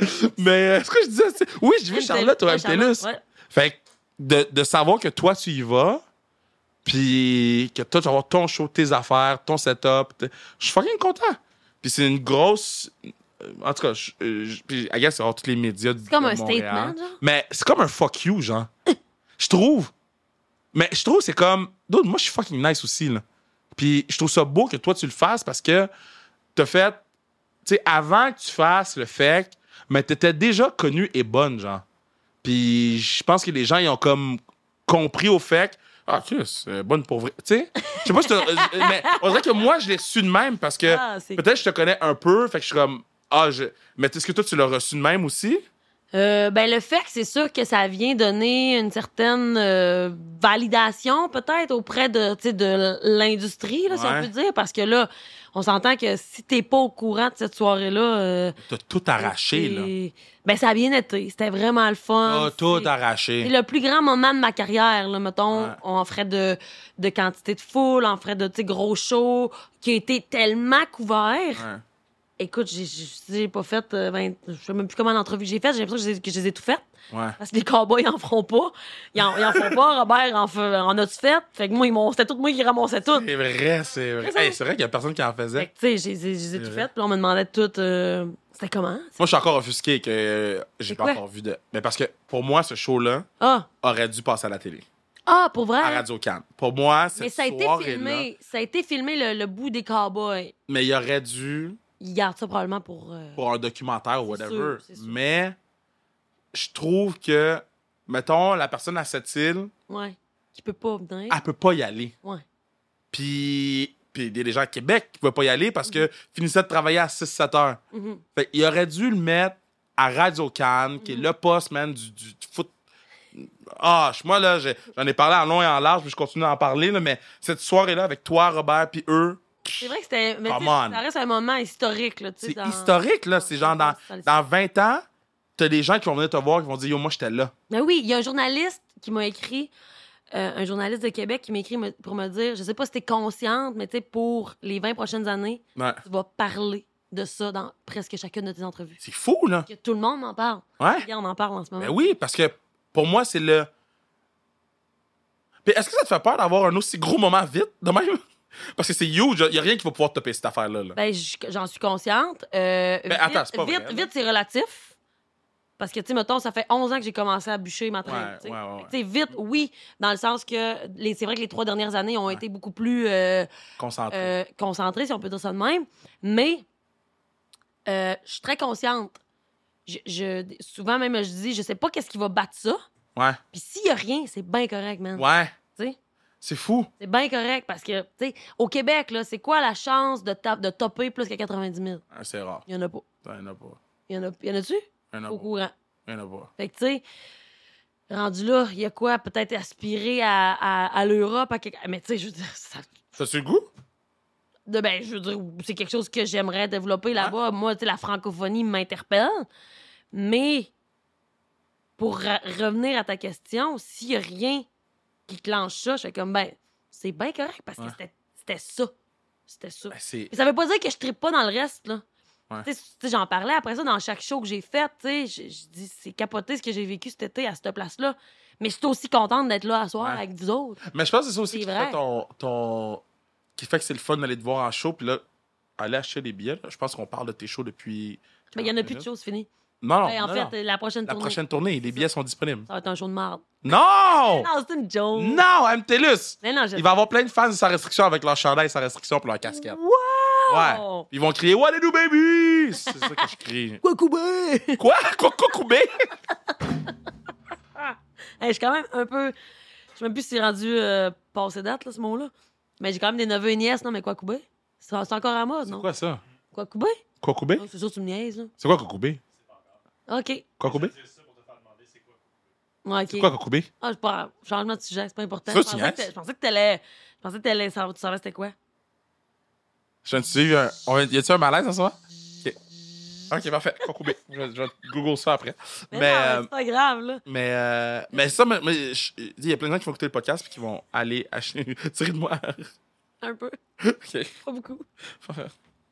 Speaker 2: euh, Mais euh, ce que je disais, c'est. Oui, j'ai vu Charlotte au
Speaker 1: Ouais,
Speaker 2: MTLUS.
Speaker 1: Charlotte, ouais.
Speaker 2: Fait que de, de savoir que toi, tu y vas, puis que toi, tu vas avoir ton show, tes affaires, ton setup. t- Je suis fucking content. Puis c'est une grosse. euh, En tout cas, je, euh, je- puis I guess, c'est avoir tous les médias du
Speaker 1: C'est comme
Speaker 2: de
Speaker 1: un
Speaker 2: Montréal.
Speaker 1: statement, genre.
Speaker 2: Mais c'est comme un fuck you, genre. je trouve. Mais je trouve, c'est comme. Dude, moi, je suis fucking nice aussi, là. Puis je trouve ça beau que toi, tu le fasses parce que t'as fait. Tu sais, avant que tu fasses le fait, mais t'étais déjà connue et bonne, genre. Puis je pense que les gens, ils ont comme compris au fait. Ah, tu sais, c'est bonne pour vrai. Tu sais, je sais pas si t'as- euh, Mais on dirait que moi, je l'ai su de même parce que
Speaker 1: Ah, c'est-
Speaker 2: peut-être je te connais un peu, fait que je suis comme. Ah, je. Mais est-ce que toi, tu l'as reçu de même aussi?
Speaker 1: Euh, ben, le fait que c'est sûr que ça vient donner une certaine euh, validation, peut-être, auprès de, tu sais, de l'industrie, là, si
Speaker 2: Ouais.
Speaker 1: on peut dire, parce que là, on s'entend que si t'es pas au courant de cette soirée-là... euh,
Speaker 2: T'as tout arraché, là.
Speaker 1: c'est- Ben, ça a bien été. C'était vraiment le fun.
Speaker 2: T'as tout
Speaker 1: C'est-
Speaker 2: arraché.
Speaker 1: C'est le plus grand moment de ma carrière, là, mettons,
Speaker 2: Ouais.
Speaker 1: en frais de, de quantité de foule, en frais de tu sais, gros show, qui a été tellement couvert.
Speaker 2: Ouais.
Speaker 1: Écoute, j'ai- j'ai j'ai pas fait, euh, ben, je sais même plus comment d'entrevue j'ai fait, j'ai l'impression que, j'ai- que je les ai tout faites.
Speaker 2: Ouais.
Speaker 1: Parce que les cowboys en feront pas. Ils en, ils en font pas, Robert en, fe- en a-tu fait? Fait que moi, ils m'ont- c'était tout moi qui ramassais tout.
Speaker 2: C'est vrai, c'est vrai. Hey, c'est vrai qu'il y a personne qui en
Speaker 1: Fait
Speaker 2: faisait.
Speaker 1: que, tu sais, j'ai- j'ai- je les ai
Speaker 2: C'est
Speaker 1: tout
Speaker 2: vrai.
Speaker 1: faites, puis là, on me demandait tout, euh, c'était comment?
Speaker 2: Moi, je suis encore offusqué que euh, j'ai
Speaker 1: C'est
Speaker 2: pas
Speaker 1: quoi?
Speaker 2: encore vu de. Mais parce que pour moi, ce show-là
Speaker 1: Ah!
Speaker 2: aurait dû passer à la télé,
Speaker 1: Ah, pour vrai?
Speaker 2: à Radio Cannes. Pour moi, cette
Speaker 1: Mais ça a été
Speaker 2: soirée-là.
Speaker 1: filmé, ça a été filmé le, le bout des cowboys.
Speaker 2: Mais il aurait dû
Speaker 1: Ils gardent ça probablement pour. euh,
Speaker 2: pour un documentaire ou
Speaker 1: C'est
Speaker 2: whatever.
Speaker 1: sûr, c'est sûr.
Speaker 2: Mais je trouve que, mettons, la personne à cette île,
Speaker 1: Ouais. Qui peut pas venir.
Speaker 2: elle peut pas y aller.
Speaker 1: Ouais.
Speaker 2: Puis, puis il y a des gens à Québec qui peuvent pas y aller parce que finissaient de travailler à 6-7 heures.
Speaker 1: Mhm.
Speaker 2: Fait qu'il aurait dû le mettre à Radio Cannes, qui est
Speaker 1: Mm.
Speaker 2: le poste, man, du, du foot. Ah, je- moi, là, j'ai- j'en ai parlé en long et en large, puis je continue à en parler, là, mais cette soirée-là, avec toi, Robert, puis eux,
Speaker 1: C'est vrai que c'était. Mais tu sais,
Speaker 2: Come on.
Speaker 1: ça reste un moment historique, là, tu sais.
Speaker 2: c'est
Speaker 1: dans-
Speaker 2: historique, là. C'est genre, dans,
Speaker 1: Ça le fait.
Speaker 2: dans 20 ans, t'as des gens qui vont venir te voir, qui vont dire, yo, moi, j'étais là.
Speaker 1: Mais Ben oui, il y a un journaliste qui m'a écrit, euh, un journaliste de Québec qui m'écrit me- pour me dire je sais pas si t'es consciente, mais tu sais, pour les 20 prochaines années,
Speaker 2: Ouais.
Speaker 1: tu vas parler de ça dans presque chacune de tes entrevues.
Speaker 2: C'est fou, là.
Speaker 1: Que tout le monde en parle.
Speaker 2: Ouais.
Speaker 1: Regarde, on en parle en ce moment.
Speaker 2: Ben oui, parce que pour moi, c'est le. Puis est-ce que ça te fait peur d'avoir un aussi gros moment vite, de même? Parce que c'est huge, y a rien qui va pouvoir taper cette affaire-là. là.
Speaker 1: Ben, j- j'en suis consciente. Euh, vite,
Speaker 2: Ben, attends, c'est pas
Speaker 1: vite,
Speaker 2: vrai, là.
Speaker 1: vite, c'est relatif. Parce que, tu sais, mettons, ça fait 11 ans que j'ai commencé à bûcher ma traîne.
Speaker 2: Ouais,
Speaker 1: tu sais.
Speaker 2: ouais, ouais, ouais.
Speaker 1: Fait que, tu sais, vite, oui, dans le sens que les- c'est vrai que les trois dernières années ont été beaucoup plus euh,
Speaker 2: Concentré.
Speaker 1: euh, concentrées, si on peut dire ça de même. Mais euh, je suis très consciente. Je, je- souvent, même, je dis, je sais pas qu'est-ce qui va battre ça.
Speaker 2: Ouais.
Speaker 1: Puis s'il y a rien, c'est bien correct, man.
Speaker 2: Ouais.
Speaker 1: Tu sais?
Speaker 2: C'est fou.
Speaker 1: C'est bien correct parce que, tu sais, au Québec, là, c'est quoi la chance de, ta- de topper plus que 90 000?
Speaker 2: Ah, C'est rare.
Speaker 1: Il y en a pas.
Speaker 2: Il y en a pas.
Speaker 1: Il y en a, il y en a-tu?
Speaker 2: Il y en a
Speaker 1: Au
Speaker 2: pas.
Speaker 1: courant.
Speaker 2: Il y en a pas.
Speaker 1: Fait que, tu sais, rendu là, il y a quoi? Peut-être aspirer à, à, à l'Europe, à quelque... Mais, tu sais, je veux dire, ça...
Speaker 2: T'as-tu le goût?
Speaker 1: de- ben, je veux dire, c'est quelque chose que j'aimerais développer là-bas. Moi, tu sais, la francophonie m'interpelle. Mais, pour ra- revenir à ta question, s'il y a rien qui clenche ça, je fais comme, ben, c'est bien correct parce que
Speaker 2: Ouais.
Speaker 1: c'était- c'était ça. C'était ça.
Speaker 2: Ben, c'est.
Speaker 1: Puis ça veut pas dire que je tripe pas dans le reste, là.
Speaker 2: Ouais.
Speaker 1: Tu sais, tu sais, j'en parlais après ça dans chaque show que j'ai fait, tu sais, je, je dis c'est capoté ce que j'ai vécu cet été à cette place-là, mais je suis aussi contente d'être là à soir
Speaker 2: Ouais.
Speaker 1: avec vous autres.
Speaker 2: Mais je pense que c'est ça aussi
Speaker 1: C'est
Speaker 2: qui
Speaker 1: vrai.
Speaker 2: fait ton, ton. qui fait que c'est le fun d'aller te voir en show. Puis là, aller acheter des billets. là. Je pense qu'on parle de tes shows depuis.
Speaker 1: Mais il y en a plus de shows, c'est fini.
Speaker 2: Non, non.
Speaker 1: Ben, en
Speaker 2: Oh, non,
Speaker 1: fait,
Speaker 2: non.
Speaker 1: la prochaine
Speaker 2: La
Speaker 1: tournée,
Speaker 2: prochaine tournée, les billets sont disponibles.
Speaker 1: ça va être un show de marde.
Speaker 2: Non!
Speaker 1: Non, c'est une joke.
Speaker 2: Non, MTLUS!
Speaker 1: Mais non, je...
Speaker 2: Il va y avoir plein de fans sans restriction avec leur chandail sans restriction pour leur casquette.
Speaker 1: Wow!
Speaker 2: Ouais. Ils vont crier What do baby? C'est ça que je crie.
Speaker 1: Quoi couper?
Speaker 2: Quoi? Quoi, quoi, coubé?
Speaker 1: Hey, je suis quand même un peu. Je sais même plus si c'est rendu euh, passé date, là, ce mot-là. Mais j'ai quand même des neveux et nièces, non, mais quoi couper? C'est c'est encore à mode,
Speaker 2: C'est
Speaker 1: non?
Speaker 2: quoi ça?
Speaker 1: Quoi couper?
Speaker 2: Quoi, coubé?
Speaker 1: Oh, c'est sûr que tu me niaises, là.
Speaker 2: C'est quoi, quoi, coubé?
Speaker 1: OK.
Speaker 2: Quoi, coubé?
Speaker 1: Ouais, OK.
Speaker 2: C'est quoi, quoi, coubé?
Speaker 1: Ah, c'est pas grave. Changement de sujet, c'est pas important.
Speaker 2: C'est
Speaker 1: Je
Speaker 2: quoi, tu
Speaker 1: pensais, que
Speaker 2: niaises?
Speaker 1: t'a- je pensais que t'allais. Je pensais que t'allais. savoir- Tu savais c'était quoi?
Speaker 2: Je viens de suivre un... on vient- Y a-tu un malaise en soi? OK. OK, parfait. Kokoubé. Je, vais- je vais Google ça après. Mais,
Speaker 1: Mais, non,
Speaker 2: euh,
Speaker 1: c'est pas grave, là.
Speaker 2: mais, euh, mais ça, mais, mais je- il y a plein de gens qui vont écouter le podcast puis qui vont aller acheter... Tirez de moi.
Speaker 1: Un peu.
Speaker 2: OK.
Speaker 1: Pas beaucoup.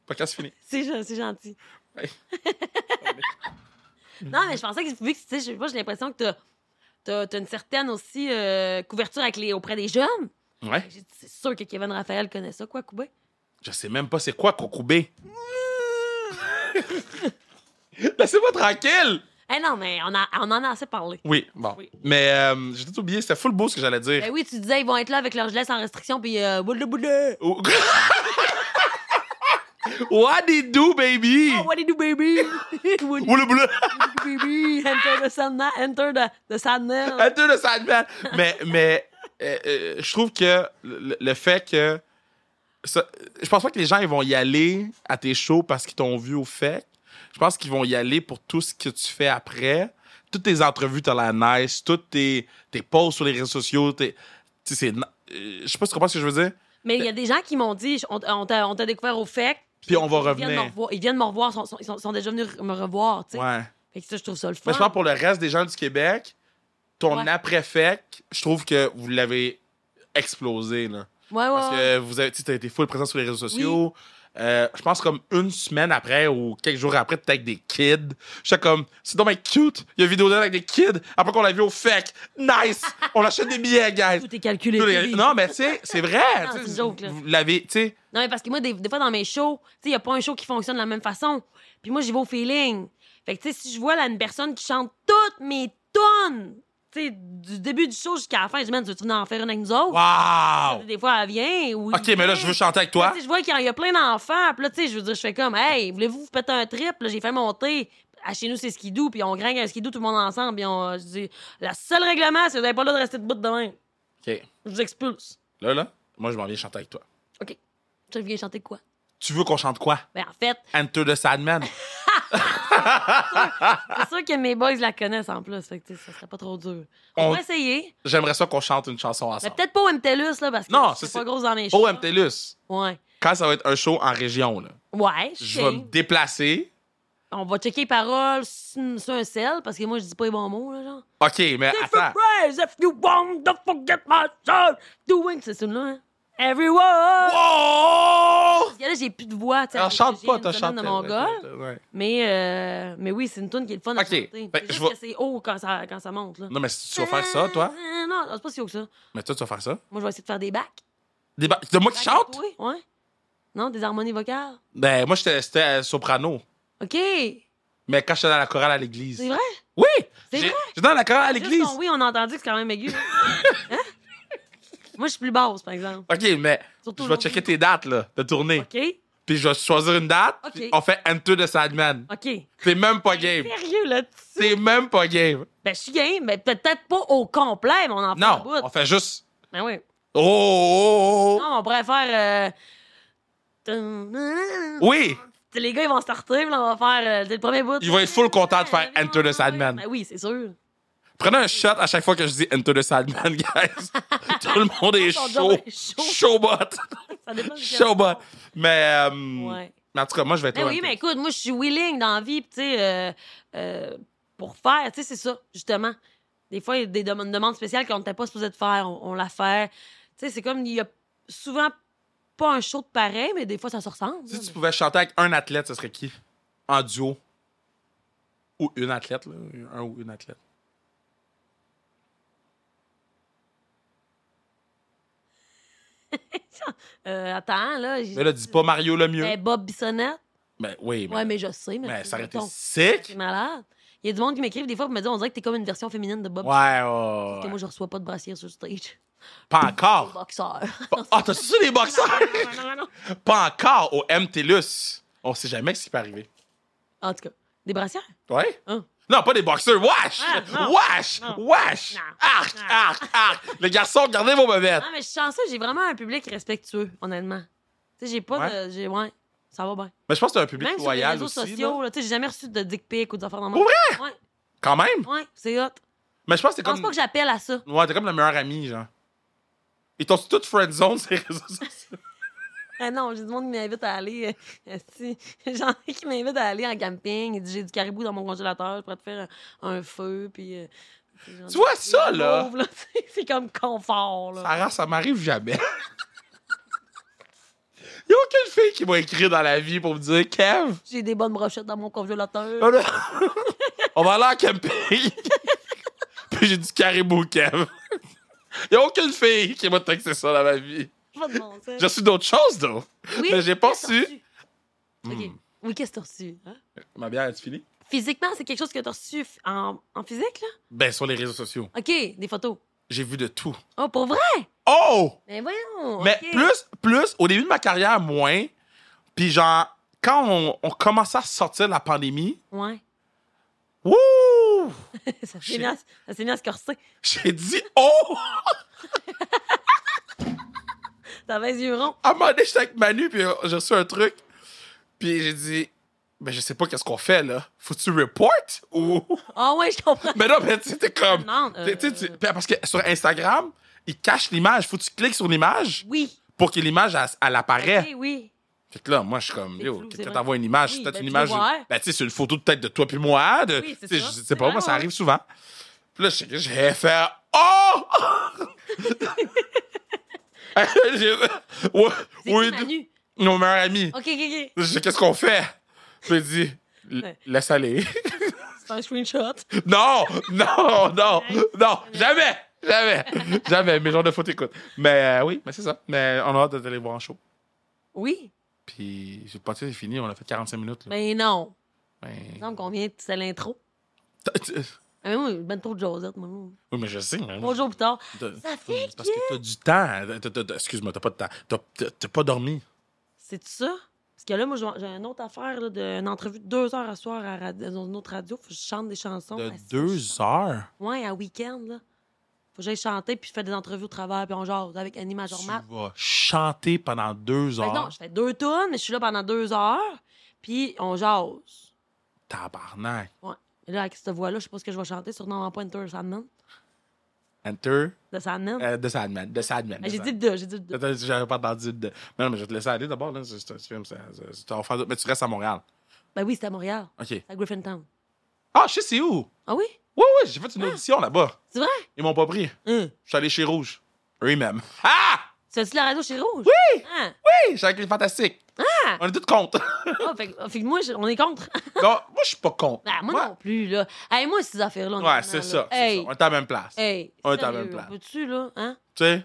Speaker 2: podcast fini.
Speaker 1: C'est, gen- c'est gentil.
Speaker 2: Ouais.
Speaker 1: non, mais je pensais que, vu que, tu sais, je sais pas, j'ai l'impression que t'as. T'as, t'as une certaine aussi euh, couverture avec les, auprès des jeunes.
Speaker 2: Ouais.
Speaker 1: J'ai dit, C'est sûr que Kevin Raphaël connaît ça, quoi, Koubé?
Speaker 2: Je sais même pas c'est quoi, Kokoubé. Laissez-moi tranquille!
Speaker 1: Eh non, mais on, a, on en a assez parlé.
Speaker 2: Oui, bon.
Speaker 1: Oui.
Speaker 2: Mais euh, j'ai tout oublié, c'était full beau ce que j'allais dire.
Speaker 1: Ben oui, tu disais, ils vont être là avec leur gelée sans restriction, puis euh, boule de boule de.
Speaker 2: Oh. What did do, baby?
Speaker 1: Oh, what do you do, baby? what do you
Speaker 2: Oula, boula.
Speaker 1: do, baby? Enter the sandman. Enter the, the sandman.
Speaker 2: Un tour de Sandman. Mais, mais euh, euh, je trouve que le, le fait que. ça- je pense pas que les gens ils vont y aller à tes shows parce qu'ils t'ont vu au fait. Je pense qu'ils vont y aller pour tout ce que tu fais après. Toutes tes entrevues, t'as la nice. Toutes tes, tes posts sur les réseaux sociaux. Tes, tu sais, c'est na- euh, je sais pas si tu comprends ce que je veux dire.
Speaker 1: Mais il y a des gens qui m'ont dit, on, on t'a on t'a découvert au FEC.
Speaker 2: Puis on va
Speaker 1: ils Viennent me
Speaker 2: revenir.
Speaker 1: revoir, ils viennent me revoir, sont- sont- ils sont, sont déjà venus me revoir, tu sais.
Speaker 2: Ouais.
Speaker 1: Fait que ça, je trouve ça le fun.
Speaker 2: Mais je pense pour le reste des gens du Québec, ton
Speaker 1: Ouais.
Speaker 2: après-fec, je trouve que vous l'avez explosé. Là.
Speaker 1: Ouais, ouais,
Speaker 2: Parce
Speaker 1: ouais.
Speaker 2: que vous avez, tu as été full présent sur les réseaux sociaux. Euh, je pense comme une semaine après ou quelques jours après, peut-être des kids. J'étais comme, c'est dommage cute. Il y a une vidéo d'elle avec des kids. Après qu'on l'a vu au FEC. Nice! On achète des billets, guys.
Speaker 1: Tout est calculé.
Speaker 2: Tous les-
Speaker 1: oui.
Speaker 2: Non, mais tu sais, c'est vrai.
Speaker 1: Non,
Speaker 2: tu sais,
Speaker 1: c'est une joke, là.
Speaker 2: Vous l'avez, tu sais.
Speaker 1: Non, mais parce que moi, des, des fois, dans mes shows, tu sais, il n'y a pas un show qui fonctionne de la même façon. Puis moi, j'y vais au feeling. Fait que, tu sais, si je vois là une personne qui chante toutes mes tonnes, tu sais, du début du show jusqu'à la fin, je dis, man, tu veux venir en faire une avec nous autres?
Speaker 2: Wow!
Speaker 1: Des fois, elle vient. Ou il
Speaker 2: Ok, mais là,
Speaker 1: vient.
Speaker 2: je veux chanter avec
Speaker 1: Là,
Speaker 2: toi.
Speaker 1: tu sais, Je vois qu'il y a plein d'enfants. Puis là, tu sais, je veux dire, je fais comme, hey, voulez-vous vous péter un trip? Là, j'ai fait monter. À chez nous, c'est skidou, puis on gringue un skidou tout le monde ensemble. Puis on, je dis, le seul règlement, c'est que vous n'avez pas le droit de rester debout demain.
Speaker 2: Ok.
Speaker 1: Je vous expulse.
Speaker 2: Là, là, moi, je m'en viens chanter avec toi.
Speaker 1: Tu viens chanter quoi?
Speaker 2: Tu veux qu'on chante quoi?
Speaker 1: Ben, en fait,
Speaker 2: Enter the Sandman. Ah.
Speaker 1: C'est sûr que mes boys la connaissent en plus, fait que tu sais, ça serait pas trop dur. On,
Speaker 2: On-
Speaker 1: va essayer.
Speaker 2: J'aimerais ça qu'on chante une chanson
Speaker 1: Mais
Speaker 2: ensemble.
Speaker 1: peut-être pas au MTLUS, là, parce que
Speaker 2: Non,
Speaker 1: je suis
Speaker 2: ça,
Speaker 1: pas
Speaker 2: c'est-
Speaker 1: grosse dans mes shows.
Speaker 2: Oh, MTLUS.
Speaker 1: Ouais.
Speaker 2: Quand ça va être un show en région, là,
Speaker 1: Ouais, je
Speaker 2: je vais me
Speaker 1: sais.
Speaker 2: déplacer.
Speaker 1: On va checker les paroles sur sur un sel, parce que moi, je dis pas les bons mots, là, genre.
Speaker 2: OK, mais
Speaker 1: If you
Speaker 2: attends.
Speaker 1: praise, if you want, don't forget my soul. Doing, c'est celui-là, hein. Everyone!
Speaker 2: Oh!
Speaker 1: Parce que là, j'ai plus de voix, tu sais.
Speaker 2: Alors, Ah, chante
Speaker 1: j'ai
Speaker 2: pas,
Speaker 1: une
Speaker 2: t'as
Speaker 1: semaine
Speaker 2: chanté.
Speaker 1: de Mongol.
Speaker 2: Ouais.
Speaker 1: Mais, euh, mais oui, c'est une tune qui est le fun à
Speaker 2: Ok.
Speaker 1: chanter.
Speaker 2: Fait
Speaker 1: C'est
Speaker 2: que
Speaker 1: juste
Speaker 2: je vais-
Speaker 1: que c'est haut quand ça, quand ça monte, là.
Speaker 2: Non, mais si tu vas faire ça, toi.
Speaker 1: Euh, Non, c'est pas si haut que ça.
Speaker 2: Mais toi, tu vas faire ça.
Speaker 1: Moi, je vais essayer de faire des bacs.
Speaker 2: Des ba- C'est moi qui chante?
Speaker 1: Oui, ouais. Non, des harmonies vocales.
Speaker 2: Ben, moi, j'étais c'était, euh, soprano.
Speaker 1: OK. C'est
Speaker 2: Mais quand j'étais dans la chorale à l'église.
Speaker 1: vrai?
Speaker 2: Oui!
Speaker 1: C'est
Speaker 2: J'ai-
Speaker 1: vrai?
Speaker 2: J'étais dans la chorale à
Speaker 1: Juste
Speaker 2: l'église.
Speaker 1: ton oui, on a entendu que c'est quand même aigu. Hein? Moi, je suis plus basse, par exemple.
Speaker 2: OK, mais
Speaker 1: Surtout
Speaker 2: je vais
Speaker 1: aujourd'hui.
Speaker 2: checker tes dates, là, de tournée.
Speaker 1: OK?
Speaker 2: Puis je vais choisir une date.
Speaker 1: Ok.
Speaker 2: puis on fait Enter the Sandman.
Speaker 1: OK.
Speaker 2: T'es même pas game.
Speaker 1: Sérieux, là? tu-
Speaker 2: T'es même pas game.
Speaker 1: Ben, je suis game, mais peut-être pas au complet, mais on en fait un
Speaker 2: Non,
Speaker 1: bout.
Speaker 2: on fait juste.
Speaker 1: Ben oui.
Speaker 2: Oh, oh, oh,
Speaker 1: Non, on pourrait faire... euh,
Speaker 2: oh. Oui!
Speaker 1: Tu sais, Les gars, ils vont sortir, puis là, on va faire euh, le premier bout.
Speaker 2: Ils vont être full contents de faire Enter the Sandman.
Speaker 1: Ben oui, c'est sûr.
Speaker 2: Prenez un shot à chaque fois que je dis Enter the Sandman, guys. Tout le monde est
Speaker 1: Ton
Speaker 2: chaud.
Speaker 1: job est chaud.
Speaker 2: Showbot.
Speaker 1: Ça dépend du
Speaker 2: Showbot. Mais, euh,
Speaker 1: Ouais.
Speaker 2: mais en tout cas, moi, je vais être
Speaker 1: Ben
Speaker 2: là
Speaker 1: oui,
Speaker 2: un
Speaker 1: mais
Speaker 2: peu.
Speaker 1: écoute, moi, je suis willing dans la vie, puis tu sais, euh, euh, pour faire, tu sais, c'est ça, justement. Des fois, il y a des dem- demandes spéciales qu'on n'était pas supposé de faire, on, on la fait. Tu sais, c'est comme, il y a souvent pas un show de pareil, mais des fois, ça se ressemble. là,
Speaker 2: Si tu
Speaker 1: mais-
Speaker 2: pouvais chanter avec un athlète, ce serait qui? En duo. Ou une athlète, là. Un ou une athlète.
Speaker 1: Euh, attends, là. j'ai-
Speaker 2: Mais là, dis pas Mario le mieux.
Speaker 1: Ben, Bob Bissonnette.
Speaker 2: Ben oui, mais,
Speaker 1: Ouais, mais je sais, mais.
Speaker 2: mais ça aurait été
Speaker 1: mettons,
Speaker 2: sick.
Speaker 1: C'est malade. Il y a du monde qui m'écrivent des fois pour me dire on dirait que t'es comme une version féminine de Bob.
Speaker 2: Ouais,
Speaker 1: Bissonnette.
Speaker 2: ouais,
Speaker 1: Parce que
Speaker 2: ouais.
Speaker 1: moi, je reçois pas de brassière sur le stage.
Speaker 2: Pas encore.
Speaker 1: Boxeur.
Speaker 2: Ah, t'as-tu des boxeurs?
Speaker 1: Non, non, non, non.
Speaker 2: Pas encore au MTLUS. On sait jamais ce qui peut arriver.
Speaker 1: en tout cas, des brassières?
Speaker 2: Ouais?
Speaker 1: Hein?
Speaker 2: Non, pas des boxeurs. Wesh!
Speaker 1: Ah, non.
Speaker 2: Wesh!
Speaker 1: Non.
Speaker 2: Wesh!
Speaker 1: Non.
Speaker 2: Arc!
Speaker 1: Non. Ah.
Speaker 2: Arc! Arc! Les garçons, gardez vos bobettes.
Speaker 1: Non, mais je suis chanceuse, j'ai vraiment un public respectueux, honnêtement. Tu sais, j'ai pas
Speaker 2: Ouais.
Speaker 1: de. j'ai- Ouais, ça va bien.
Speaker 2: Mais je pense que c'est un public
Speaker 1: Même sur les
Speaker 2: loyal
Speaker 1: réseaux
Speaker 2: aussi.
Speaker 1: sociaux,
Speaker 2: là.
Speaker 1: là, tu sais, j'ai jamais reçu de dick pic ou des affaires dans
Speaker 2: Pour
Speaker 1: Ouais,
Speaker 2: Quand même.
Speaker 1: ouais, c'est hot.
Speaker 2: Mais je pense que c'est
Speaker 1: Je pense
Speaker 2: comme.
Speaker 1: pas que j'appelle à ça.
Speaker 2: Ouais, t'es comme le meilleur ami, genre. Ils t'ont toutes friendzone sur les réseaux sociaux.
Speaker 1: Ah non, j'ai du monde qui m'invite à aller. euh, euh, si. J'en ai qui m'invite à aller en camping. Il dit j'ai du caribou dans mon congélateur, je pourrais te faire un, un feu. Puis, euh, c'est genre-
Speaker 2: Tu vois ça, là?
Speaker 1: Pauvre, là, tu sais, c'est comme confort. Là.
Speaker 2: Sarah, ça m'arrive jamais. Y'a aucune fille qui m'a écrit dans la vie pour me dire Kev,
Speaker 1: J'ai des bonnes brochettes dans mon congélateur.
Speaker 2: on a- on va aller en camping. Puis j'ai du caribou, Kev. Y'a aucune fille qui m'a texté ça dans ma vie.
Speaker 1: Pas de bon sens.
Speaker 2: J'ai reçu d'autres choses, donc.
Speaker 1: Oui,
Speaker 2: mais j'ai pas Hmm.
Speaker 1: qu'est-ce que t'as reçu? OK. Oui, qu'est-ce que t'as reçu? hein?
Speaker 2: Ma bière, est tu finie?
Speaker 1: Physiquement, c'est quelque chose que t'as reçu f- en, en physique, là?
Speaker 2: Ben, sur les réseaux sociaux.
Speaker 1: OK, des photos.
Speaker 2: J'ai vu de tout.
Speaker 1: Oh, pour vrai?
Speaker 2: Oh!
Speaker 1: Mais voyons!
Speaker 2: Mais
Speaker 1: OK.
Speaker 2: plus, plus, au début de ma carrière, moins. Puis genre, quand on, on commençait à sortir de la pandémie,
Speaker 1: Ouais.
Speaker 2: wouh!
Speaker 1: ça s'est mis à- ça s'est mis à se corser.
Speaker 2: J'ai dit, oh!
Speaker 1: T'avais les yeux ronds.
Speaker 2: À un moment donné, j'étais avec Manu, puis euh, j'ai reçu un truc. Puis j'ai dit, ben je sais pas qu'est-ce qu'on fait, là. Faut-tu report? Ou...
Speaker 1: Ah ouais, je comprends.
Speaker 2: Mais non, mais tu sais, t'es comme...
Speaker 1: Demande, euh,
Speaker 2: t'es- t'es- tu- Parce que sur Instagram, ils cachent l'image. Faut que tu cliques sur l'image
Speaker 1: Oui.
Speaker 2: pour que l'image, elle, elle apparaît.
Speaker 1: OK, oui.
Speaker 2: Fait que là, moi, je suis comme,
Speaker 1: C'est
Speaker 2: yo,
Speaker 1: flou, c'est
Speaker 2: quelqu'un
Speaker 1: vrai.
Speaker 2: t'envoie une image,
Speaker 1: Oui,
Speaker 2: c'est peut-être
Speaker 1: ben,
Speaker 2: une
Speaker 1: tu
Speaker 2: image.
Speaker 1: veux voir.
Speaker 2: Ben, tu sais, c'est une photo de tête de toi puis moi. De,
Speaker 1: Oui, c'est
Speaker 2: tu sais,
Speaker 1: ça.
Speaker 2: je sais pas,
Speaker 1: Ouais,
Speaker 2: moi, ça
Speaker 1: ouais.
Speaker 2: arrive souvent. Puis là, je sais que j'ai fait, oh! J'ai- Ouais,
Speaker 1: C'est
Speaker 2: oui,
Speaker 1: qui, Manu?
Speaker 2: nos meilleurs amis.
Speaker 1: OK, OK,
Speaker 2: Je sais, qu'est-ce qu'on fait? Je lui ai dit, L-
Speaker 1: Ouais.
Speaker 2: laisse aller.
Speaker 1: OK. C'est un screenshot.
Speaker 2: non, non, non,
Speaker 1: Ouais.
Speaker 2: non, jamais, jamais, jamais. Mes genres de photos, écoute. Mais euh, oui, mais c'est ça. Mais on a hâte d'aller voir en show.
Speaker 1: Oui.
Speaker 2: Puis, j'ai pas c'est fini, on a fait 45 minutes. là.
Speaker 1: Mais non.
Speaker 2: Mais-
Speaker 1: Il me semble qu'on vient de- C'est l'intro.
Speaker 2: T'as- t'as-
Speaker 1: Ah, mais moi, ben trop de Josette, moi.
Speaker 2: Oui, mais je sais. Mais...
Speaker 1: Trois jours plus tard.
Speaker 2: T'as-
Speaker 1: Ça fait
Speaker 2: c'est parce que t'as du temps. T'as- t'as- t'as- Excuse-moi, t'as pas de temps. T'as- T'as t'as pas dormi.
Speaker 1: C'est ça? Parce que là, moi, j'ai j'ai une autre affaire, là, de- une entrevue de deux heures à soir à rad- dans une autre radio. Faut que je chante des chansons.
Speaker 2: De
Speaker 1: Ah, si, faut que je
Speaker 2: deux
Speaker 1: chante.
Speaker 2: heures.
Speaker 1: Ouais, à week-end, là. Faut que j'aille chanter, puis je fais des entrevues au travers, puis on jase avec Annie
Speaker 2: Tu
Speaker 1: Majormat.
Speaker 2: vas chanter pendant deux
Speaker 1: Fait que non,
Speaker 2: heures.
Speaker 1: je fais deux tonnes, mais je suis là pendant deux heures, puis on jase.
Speaker 2: Tabarnak.
Speaker 1: Et là, avec cette voix-là, je sais pas ce que je vais chanter, sûrement en pointer Sandman.
Speaker 2: Enter.
Speaker 1: De Sandman.
Speaker 2: Euh, de Sadman. De Sadman.
Speaker 1: Ah, j'ai dit le deux, j'ai dit le deux.
Speaker 2: Attends, j'avais pas entendu de. Mais non, mais je vais te laisser aller d'abord. là. C'est c'est un film. c'est- c'est- c'est- on va faire d'autres. Mais tu restes à Montréal.
Speaker 1: Ben oui, c'était à Montréal,
Speaker 2: OK.
Speaker 1: à Griffintown.
Speaker 2: Ah, je sais c'est où.
Speaker 1: Ah oui?
Speaker 2: Oui, oui, j'ai fait
Speaker 1: Ah.
Speaker 2: une audition là-bas.
Speaker 1: C'est vrai?
Speaker 2: Ils m'ont pas pris.
Speaker 1: Hein.
Speaker 2: Je suis allé chez Rouge. Eux-mêmes. Ah!
Speaker 1: C'est aussi la radio chez Rouge? Oui! Ah,
Speaker 2: Hey, je suis avec les Fantastiques.
Speaker 1: Ah!
Speaker 2: On est tous contre.
Speaker 1: Ah, fait, que- fait que moi, je- on est contre.
Speaker 2: non, moi, je suis pas contre.
Speaker 1: Ah, moi
Speaker 2: Ouais.
Speaker 1: non plus, là. Hey, moi, ces affaires-là. on est
Speaker 2: Ouais,
Speaker 1: dedans,
Speaker 2: c'est
Speaker 1: là.
Speaker 2: ça, c'est
Speaker 1: Hey,
Speaker 2: ça. On est à la même place.
Speaker 1: hey,
Speaker 2: On est à la
Speaker 1: sérieux,
Speaker 2: même place.
Speaker 1: on Peux-tu, là? Hein?
Speaker 2: Tu sais,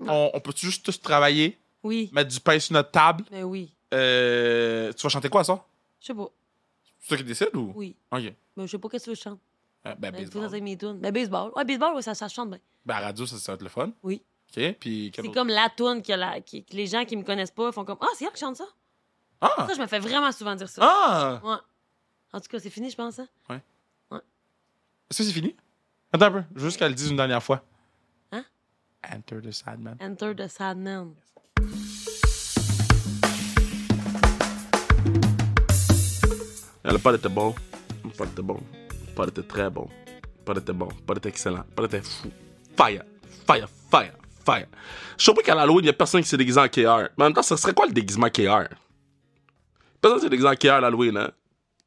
Speaker 2: on, on peut juste tous travailler,
Speaker 1: Oui.
Speaker 2: mettre du pain sur notre table.
Speaker 1: Mais oui.
Speaker 2: Euh, tu vas chanter quoi, ça?
Speaker 1: Je sais pas.
Speaker 2: C'est toi qui décides ou?
Speaker 1: Oui.
Speaker 2: OK.
Speaker 1: Mais je sais pas qu'est-ce que tu veux que je chante.
Speaker 2: Euh, ben,
Speaker 1: Ben, tu veux
Speaker 2: baseball.
Speaker 1: chanter mes tunes. Ben, baseball. Ouais, baseball, ouais, ça, ça chante bien.
Speaker 2: Ben, à radio, ça, ça va être le fun.
Speaker 1: Oui.
Speaker 2: OK, puis... quel
Speaker 1: C'est
Speaker 2: autre-
Speaker 1: comme la tune que, la- qui- que les gens qui me connaissent pas font comme Ah, c'est elle qui chante ça.
Speaker 2: Ah!
Speaker 1: Ça, je me fais vraiment souvent dire ça.
Speaker 2: Ah!
Speaker 1: Ouais. En tout cas, c'est fini, je pense. Hein?
Speaker 2: Est-ce que c'est fini? Attends un peu. Je veux Juste qu'elle le dise une dernière fois.
Speaker 1: Hein?
Speaker 2: Enter the Sadman.
Speaker 1: Enter the Sandman.
Speaker 4: Le pod était bon. Le pod était bon. Le pod était très bon. Le pod était bon. Le pod était excellent. Le pod était fou. Fire. Fire. Fire. Fire. Je suis surpris qu'à l'Halloween, il n'y a personne qui s'est déguisé en KR. Mais en même temps, ça serait quoi le déguisement KR? Personne s'est déguisé en KR à l'Halloween, hein?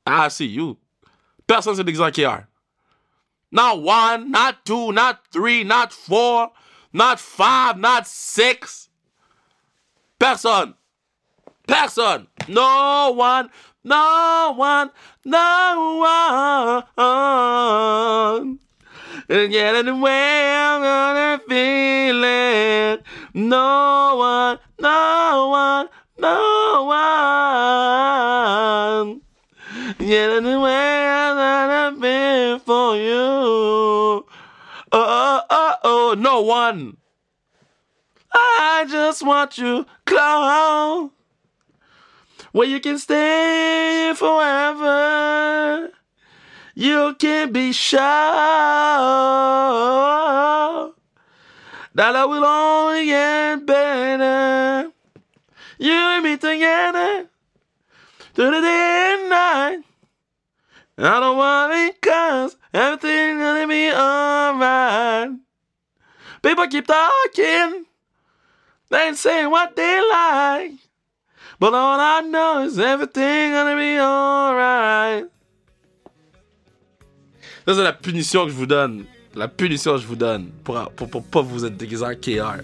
Speaker 4: Ah, see you. Personne s'est déguisé en KR. Not one, not two, not three, not four, not five, not six. Personne. Personne. No one. No one. No one. And yet anyway, I'm gonna feel it. No one. No one. No one. And yet anyway, I'm gonna feel for you. Oh, oh, oh, oh. No one. I just want you close where you can stay forever. You can be sure that I will only get better. You and me together to the day and night. I don't worry cause everything's gonna be alright. People keep talking, they ain't saying what they like. But all I know is everything gonna be alright. Ça, c'est la punition que je vous donne. La punition que je vous donne pour, pour, pour pas vous être déguisé en KR.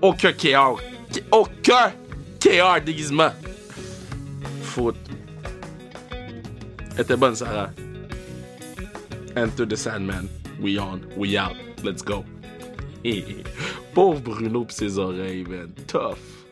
Speaker 4: Aucun KR. K- Aucun KR déguisement. Faute. Elle était bonne, Sarah. Enter the Sandman. We on, we out. Let's go. Pauvre Bruno pis ses oreilles, man. Tough.